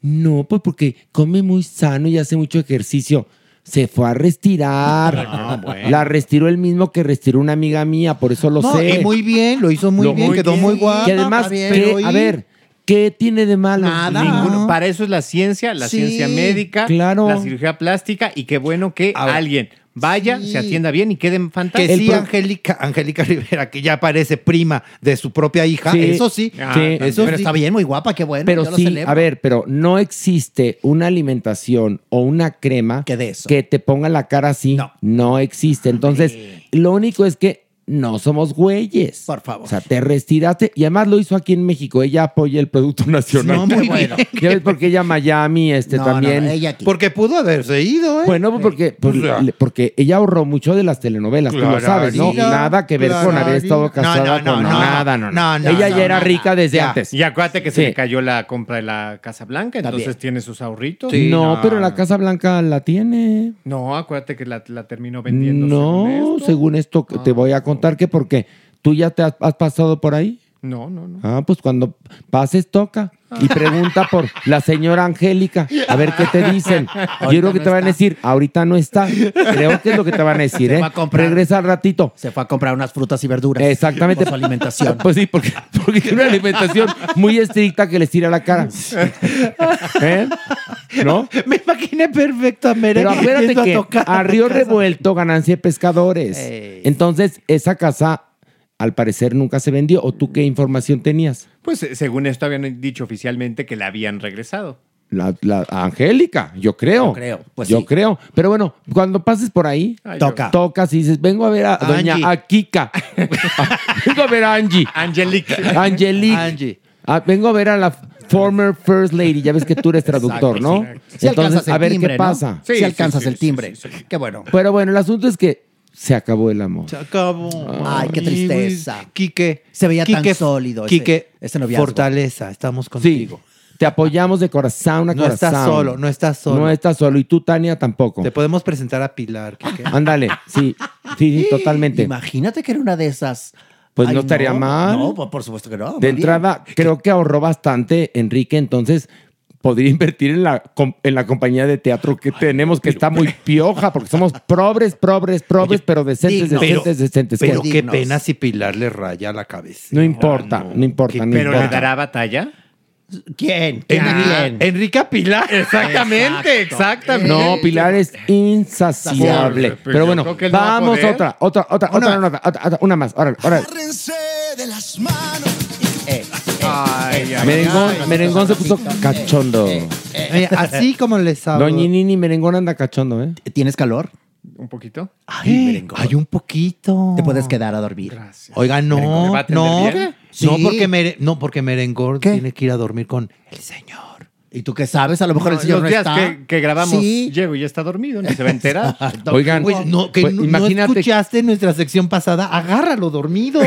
No, pues porque come muy sano y hace mucho ejercicio. Se fue a retirar. Ah, bueno. La retiró el mismo que retiró una amiga mía, por eso lo No, sé. y muy bien, lo hizo muy Lo bien, quedó muy guapa. Y además, está bien, ¿qué? pero ¿y? a ver, ¿qué tiene de malo? Nada. Ninguno. Para eso es la ciencia, la Sí, ciencia médica, claro. la cirugía plástica y qué bueno que alguien vaya, se atienda bien y queden fantásticos. Que sí, Angélica, Angélica Rivera, que ya parece prima de su propia hija, Sí. eso sí. Ah, sí. eso Pero está bien, muy guapa, qué bueno. Pero sí, a ver, pero no existe una alimentación o una crema que, te ponga la cara así. No, existe. Entonces, lo único es que no somos güeyes. Por favor. O sea, te retiraste. Y además lo hizo aquí en México. Ella apoya el Producto Nacional. No, muy bueno. Ya ves porque ella Miami, este No, no, también. no, ella aquí. Porque pudo haberse ido, ¿eh? Bueno, pues porque, pues, sea. le- porque ella ahorró mucho de las telenovelas, tú lo sabes, ¿no? Clararina, Nada que ver con haber estado clararina. casada No, no, con no, no. nada, no, no. No, no, ella no, ya era no, rica desde antes. Y acuérdate que se Sí. le cayó la compra de la Casa Blanca, entonces También. tiene sus ahorritos. no, pero la Casa Blanca la tiene. No, acuérdate que la, la terminó vendiendo. No, según esto, Ah. que te voy a contar que porque tú ya te has, has pasado por ahí. No, no, no. Ah, pues cuando pases toca y Ah. pregunta por la señora Angélica, a ver qué te dicen. Yo creo que te van a decir, ahorita no está. Creo que es lo que te van a decir, Se ¿eh? fue a comprar. Regresa al ratito. Se fue a comprar unas frutas y verduras. Exactamente. Por su alimentación. Pues sí, porque, porque tiene una alimentación muy estricta que les tira la cara. ¿Eh? ¿No? Me imaginé perfecto a Mere Pero acuérdate yendo a que tocar a la Río casa. Revuelto ganancia de pescadores. Entonces, esa casa al parecer nunca se vendió. ¿O tú qué información tenías? Pues eh, según esto habían dicho oficialmente que la habían regresado. La, la Angélica, yo creo. Yo creo, pues Yo sí. creo. Pero bueno, cuando pases por ahí, Ay, toca. Toca. tocas y dices, vengo a ver a doña Angie. Akika. vengo a ver a Angie. Angelique. Angelique. Ah, vengo a ver a la former first lady. Ya ves que tú eres traductor, ¿no? Si alcanzas el a ver timbre, qué ¿no? pasa. si alcanzas el timbre. Qué bueno. Pero bueno, el asunto es que se acabó el amor. Se acabó. Ay, qué tristeza. Quique. Se veía Quique, tan sólido ese- Quique, ese, noviazgo. fortaleza, estamos contigo. te apoyamos de corazón a No corazón. estás solo, no estás solo. No estás solo. Y tú, Tania, tampoco. Te podemos presentar a Pilar. Quique. Ándale, sí, sí, sí, totalmente. Imagínate que era una de esas. Pues no estaría mal. No, por por supuesto que no. Pues, muy de bien. entrada, creo que ahorró bastante Enrique, entonces podría invertir en la, com- en la compañía de teatro que tenemos, que está muy pioja, porque somos pobres, pobres, pobres, pero decentes, dignos. decentes, Pero- decentes. pero qué Dignos. pena si Pilar le raya la cabeza. No Ah, importa, no, importa, no ¿Pero le importa. dará batalla? ¿Quién? ¿Quién Ah, a quién? Enrique Pilar. Exactamente, exactamente. No, Pilar es insaciable. Insaciable. Pero bueno, Yo creo que él no va a vamos poder. otra, otra, otra, otra, nota, otra, otra, una más. Órale, órale. de las manos. Eh, Merengón, Merengón se puso cachondo. eh, Eh, Oye, Eh, así como les hablo. Doña Nini Merengón anda cachondo, ¿eh? ¿Tienes calor? ¿Un poquito? Ay, hay un poquito. Te puedes quedar a dormir. Eh, Oiga, no, ¿Merengón va a atender no, bien? no, Sí. porque mere- no, porque Merengón tiene que ir a dormir con el señor. ¿Y tú qué sabes? A lo mejor el señor Los no días está. que, que grabamos, Sí. llego y ya está dormido, ni se va a enterar. Oigan, Oye, no, que pues, no- no imagínate- escuchaste nuestra sección pasada, agárralo dormido.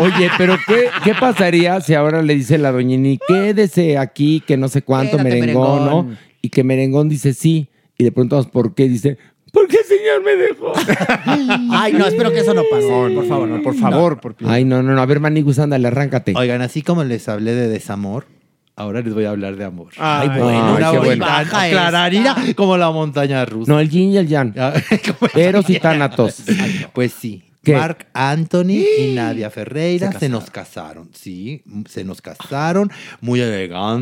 Oye, pero qué, ¿qué pasaría si ahora le dice la doña Nini, quédese aquí, que no sé cuánto, Quédate, Merengón, ¿no? Merengón. Y que Merengón dice sí, y de pronto, ¿por qué? Dice, ¿por qué el señor me dejó? Ay, no, espero que eso no pase. por favor, no, por favor, por Ay, no, no, no, a ver, Manigus, ándale, arráncate. Oigan, así como les hablé de desamor, ahora les voy a hablar de amor. Ay, bueno, una qué volcán- bueno. baja clararira como la montaña rusa. No, el yin y el yang. Eros y Tánatos. Pues sí. ¿Qué? Mark Anthony y Nadia Ferreira Se se, nos casaron, sí, se nos casaron, muy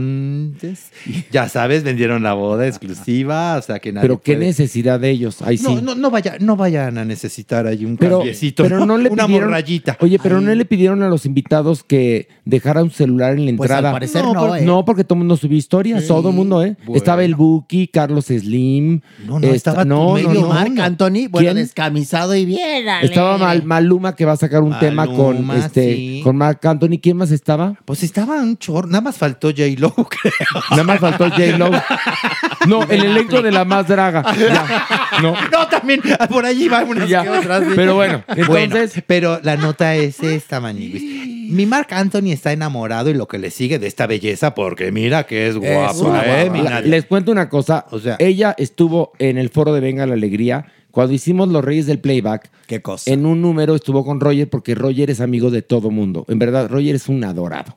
elegantes. Ya sabes, vendieron la boda exclusiva, o sea que nadie Pero qué puede- necesidad de ellos. Ahí sí. No, no, no, vaya, no vayan a necesitar ahí un pero, cambiecito, pero no le una pidieron, morrayita. Oye, pero Ay. no le pidieron a los invitados que dejara un celular en la Pues, entrada. al parecer no, por- ¿eh? no, porque todo el mundo subió historias, Sí. todo el mundo, ¿eh? Bueno. Estaba el Buki, Carlos Slim. No, no, estaba tu medio Marc Anthony, Bueno, descamisado y bien. ale. Estaba Mal- Maluma que va a sacar un tema con Maluma, este sí. con Marc Anthony. ¿Quién más estaba? Pues estaba un chorro, nada más faltó J-Lo, creo. Nada más faltó J Lo. No, el elenco de la más draga. Ya. No. No, también Ah, por allí va unas Ya. que otras. Pero bueno, Bueno, entonces- pero la nota es esta, Maniguis. Mi Marc Anthony está enamorado y lo que le sigue de esta belleza, porque mira que es guapa, una ¿eh? guapa. mi La- Nadia? les cuento una cosa. O sea- ella estuvo en el foro de Venga la Alegría. Cuando hicimos Los Reyes del Playback, ¿Qué cosa? en un número estuvo con Roger porque Roger es amigo de todo mundo. En verdad, Roger es un adorado.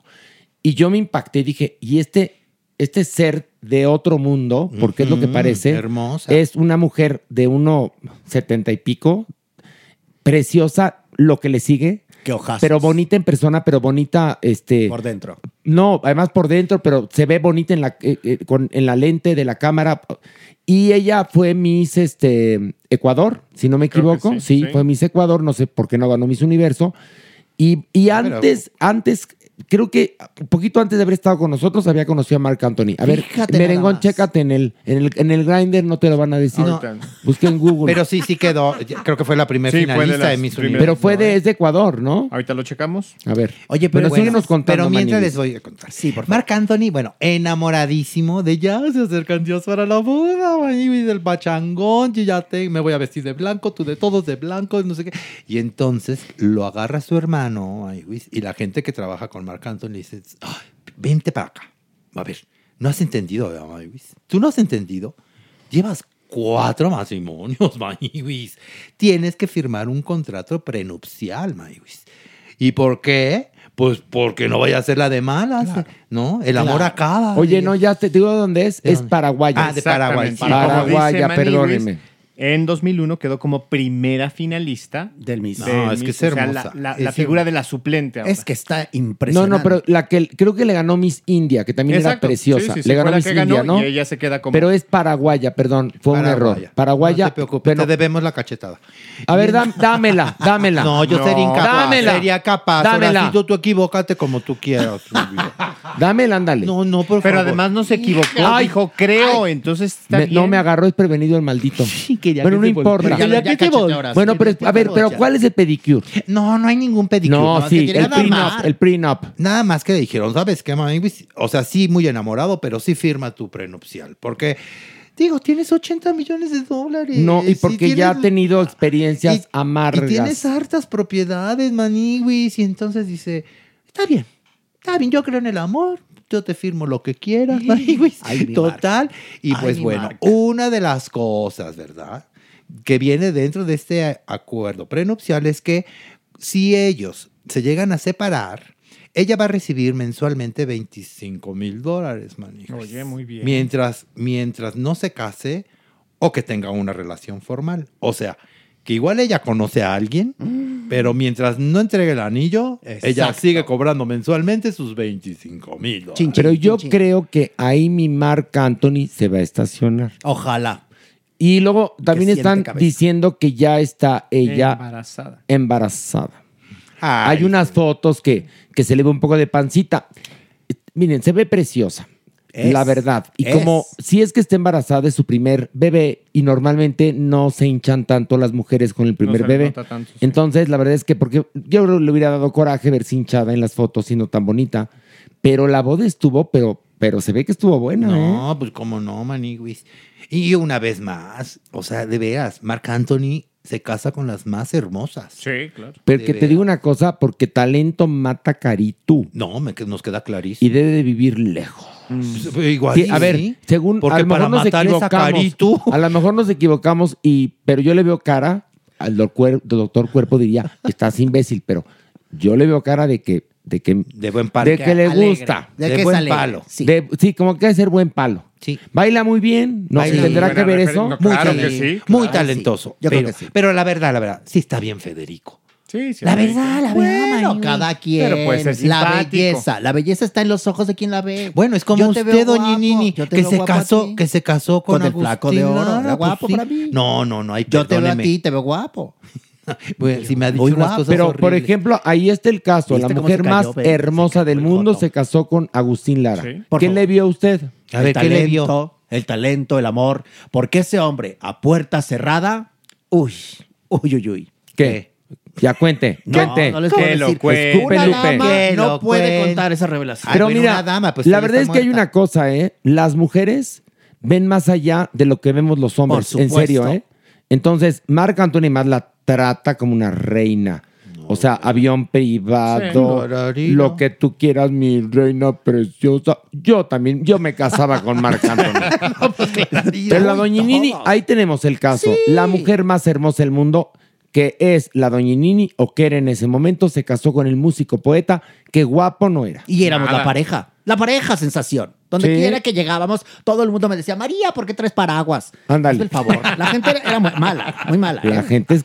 Y yo me impacté y dije, ¿y este, este ser de otro mundo, porque es lo que Ujú, parece, hermosa. es una mujer de uno setenta y pico, preciosa, lo que le sigue, Qué hojas. pero bonita en persona, pero bonita este, eh, por dentro. no, además por dentro, pero se ve bonita en la, eh, eh, con- en la lente de la cámara. Y ella fue Miss este, Ecuador, si no me Creo que equivoco. sí, Sí, sí. fue Miss Ecuador, no sé por qué no ganó Miss Universo. Y, y Ah, antes, antes, creo que un poquito antes de haber estado con nosotros, había conocido a Marc Anthony. A ver, Fíjate nada Merengón, más. chécate en el, en el, en el Grindr, no te lo van a decir. Ahorita. No. Busca en Google. Pero sí, sí quedó. Ya- Creo que fue la primera Sí, fue de finalista las de, mis Miss primeras. Universo. Pero fue de, es de Ecuador, ¿no? Ahorita lo checamos. A ver. Oye, pero bueno, síguenos contando. Pero mientras Maniguis. les voy a contar. Sí, por Marc Anthony, bueno, enamoradísimo de ya se acercan Dios para la boda, Maniguis del pachangón, yo ya te, me voy a vestir de blanco, tú de todos de blanco, no sé qué. Y entonces lo agarra su hermano, Maniguis, y la gente que trabaja con Marc Anthony le dice, "Ay, vente para acá. A ver, no has entendido, ¿verdad, Maniguis? Tú no has entendido. Llevas cuatro matrimonios, Maniguis. Tienes que firmar un contrato prenupcial, Maniguis. ¿Y por qué? Pues porque no vaya a ser la de malas, eh, ¿no? El amor Claro. acaba. Oye, no, ya te digo dónde es. Es Paraguaya. Ah, de Paraguay. Paraguaya, Paraguaya, perdónenme. En 2001 quedó como primera finalista del Miss. del No, es Miss. que es O sea, hermosa. la, la- Es la figura de la suplente. ahora. Es que está No, impresionante. no, pero la que creo que le ganó Miss India, que también Exacto. era preciosa. Sí, sí, sí, fue le ganó la Miss que ganó India, ¿no? y ella se queda como- Pero es paraguaya, perdón, fue Paraguaya. un error. Paraguaya. No te preocupes, bueno, te debemos la cachetada. a ver, dam- dámela, dámela. No, yo sería incapaz. Dámela. Sería capaz. Dámela. Ahora sí, tú, tú equivócate como tú quieras. Dámela, ándale. No, no, por Pero favor. además no se equivocó. Ay, dijo, creo, entonces está Me- bien. no me agarró desprevenido el maldito. quería que bueno, no se importa. volteara. Quería que se volteara. Bueno, pero a ver, pero ¿cuál es el pedicure? No, no hay ningún pedicure. No, es que sí, tiene el nada prenup, más. el prenup. Nada más que dijeron, ¿sabes qué, mami? O sea, sí, muy enamorado, pero sí firma tu prenupcial. Porque, digo, tienes 80 millones de dólares. No, y porque ya ha eh, tienes- tenido experiencias Y amargas. tienes hartas propiedades, maniwis. Y entonces dice, está bien, está bien, yo creo en el amor. Yo te firmo lo que quieras, maniwis. Ay, mi Total. Y Ay, pues mi bueno, Marc. una de las cosas, ¿verdad? Que viene dentro de este acuerdo prenupcial es que si ellos se llegan a separar, ella va a recibir mensualmente 25 mil dólares, maniwis. Oye, muy bien. Mientras, mientras no se case o que tenga una relación formal. O sea, que igual ella conoce a alguien, Mm. pero mientras no entregue el anillo, ella Exacto. sigue cobrando mensualmente sus 25 mil dólares. Pero yo creo que ahí mi Marc Anthony se va a estacionar. Ojalá. Y luego también siente están cabeza. diciendo que ya está ella Embarazada. embarazada. Ay, Hay unas fotos que, que se le ve un poco de pancita. Eh, Miren, se ve preciosa. Es, la verdad. Y es. como si es que está embarazada, es su primer bebé y normalmente no se hinchan tanto las mujeres con el se primer les bebé. nota tanto, sí. Entonces, la verdad es que porque yo creo que le hubiera dado coraje verse hinchada en las fotos siendo tan bonita. Pero la boda estuvo, pero, pero se ve que estuvo buena. ¿eh? No, pues cómo no, maniguis. Y una vez más, o sea, de veras, Marc Anthony se casa con las más hermosas. Sí, claro. Pero que te digo una cosa, porque talento mata caritu. No, me, que nos queda clarísimo. Mm. Y debe de vivir lejos. Igual. Sí, a ver, según Porque a lo para mejor nos matar esa equivocamos. Caritu- A lo mejor nos equivocamos, y, pero yo le veo cara, al doctor, doctor Cuerpo diría, estás imbécil, pero yo le veo cara de que... De, que, de buen palo. De que le Alegre. gusta. De que es buen alegre, palo. De- sí. Sí. como que debe ser buen palo. Baila muy bien, no Baila tendrá bien. que ver Buena eso. referencia, claro que sí, claro. Muy Muy talentoso. Yo creo pero, que sí. pero la verdad, la verdad, sí está bien Federico. Sí, sí. pues, La ahí. verdad, la verdad, Bueno, Mayu. cada quien. Pero pues, puede ser la simpático. belleza. La belleza está en los ojos de quien la ve. Bueno, es como Yo te veo usted, doña guapo, Nini, yo te que veo se guapo a ti. casó, que se casó con, Con el flaco de Agustín oro, Lara, era guapo pues sí. para mí. No, no, no, ay, Yo te veo a perdóneme. ti, te veo guapo. Bueno, pues, si me ha dicho Oye, unas guau, cosas pero, por horribles. ejemplo, ahí está el caso. La ¿Viste cómo mujer se cayó, más Fede? hermosa del mundo se casó con Agustín Lara. ¿Qué le vio a usted? A ver, ¿qué le vio? El talento, el amor. Porque ese hombre a puerta cerrada, uy, uy, uy, uy. ¿Qué? Ya cuente, No, cuente. no les puedo decir. Escupe, Una Lupe. dama Que no lo puede cuente. contar esa revelación. Pero mira, la verdad es que hay una cosa, ¿eh? Las mujeres ven más allá de lo que vemos los hombres. Por en serio, supuesto. ¿eh? Entonces, Marc Anthony más la trata como una reina. O sea, avión privado, Sí. lo que tú quieras, mi reina preciosa. Yo también, yo me casaba con Marc Anthony. Pero la Doñinini, ahí tenemos el caso. La mujer más hermosa del mundo, que es la Doñinini, o que era en ese momento, se casó con el músico poeta, que guapo no era. Y éramos la pareja. La pareja sensación. Donde Sí. quiera que llegábamos, todo el mundo me decía, María, ¿por qué traes paraguas? Ándale. Por favor. La gente era, era muy mala, muy mala. La gente es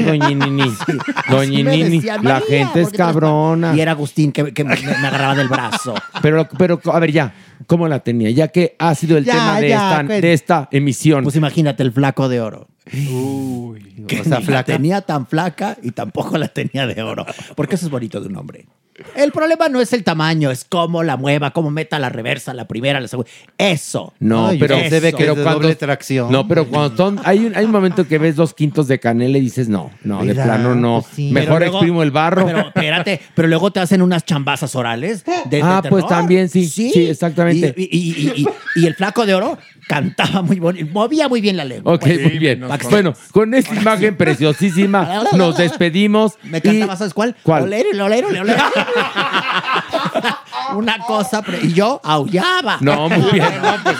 Sí. Doñinini. Así me Doñinini, decían, la María, gente es ¿por qué traes cabrona. Y era Agustín que, que me, me agarraba del brazo. Pero, pero, a ver, ya, ¿cómo la tenía? Ya que ha sido el Ya, tema de, ya, esta, de esta emisión. Pues imagínate el flaco de oro. Uy, O sea, la tenía tan flaca y tampoco la tenía de oro. Porque eso es bonito de un hombre. El problema no es el tamaño, es cómo la mueva, cómo meta la reversa, la primera, la segunda. Eso. No, pero, Eso. pero No, pero cuando son, hay un, hay un momento que ves dos quintos de canela y dices, no, no, de ¿Verdad? plano no. Pues sí. Mejor Pero luego- exprimo el barro. Pero espérate, pero luego te hacen unas chambazas orales. de- de ah, pues terror. también sí. Sí, exactamente. Y, y- y- y- y el flaco de oro cantaba muy bonito, movía muy bien la lengua. ok, muy bien. Bueno, con esta imagen preciosísima nos despedimos. Me cantaba, ¿sabes cuál? ¿Cuál? Olero, olero, olero, olero. Una cosa, pre- y yo aullaba. No, muy bien.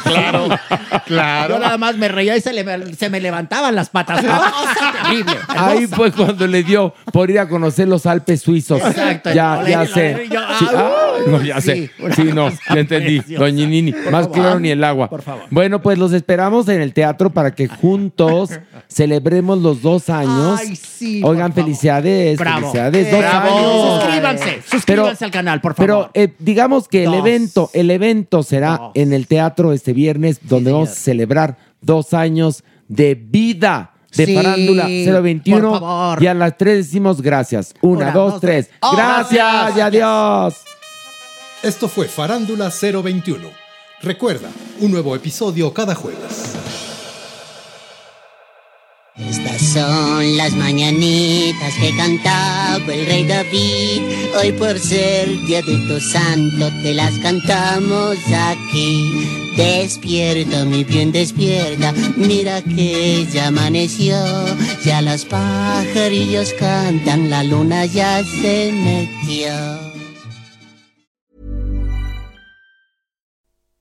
claro, pues, Yo nada más me reía y se, le- se me levantaban las patas. Cosa terrible. Ahí fue cuando le dio por ir a conocer los Alpes suizos. Exacto. Ya, Olé, ya olé, sé. olé. Yo, Sí, ah, No, ya sé. Sí, no, ya entendí. Doña Nini, más claro ni el agua. Por favor. Bueno, pues los esperamos en el teatro para que juntos celebremos los dos años. Ay, sí, por Oigan, felicidades, Bravo. felicidades. Dos Bravo. años. Suscríbanse, suscríbanse al canal, por favor. Pero eh, digamos que el evento, el evento será en el teatro este viernes, donde vamos a celebrar dos años de vida de Sí, Farándula 021. por favor. Y a las tres decimos gracias. Una, Una, dos, dos, tres. tres. Oh, gracias y gracias. adiós. Esto fue Farándula 021. Recuerda, un nuevo episodio cada jueves. Estas son las mañanitas que cantaba el rey David. Hoy por ser día de tu santo te las cantamos aquí. Despierta, mi bien despierta, mira que ya amaneció. Ya los pajarillos cantan, la luna ya se metió.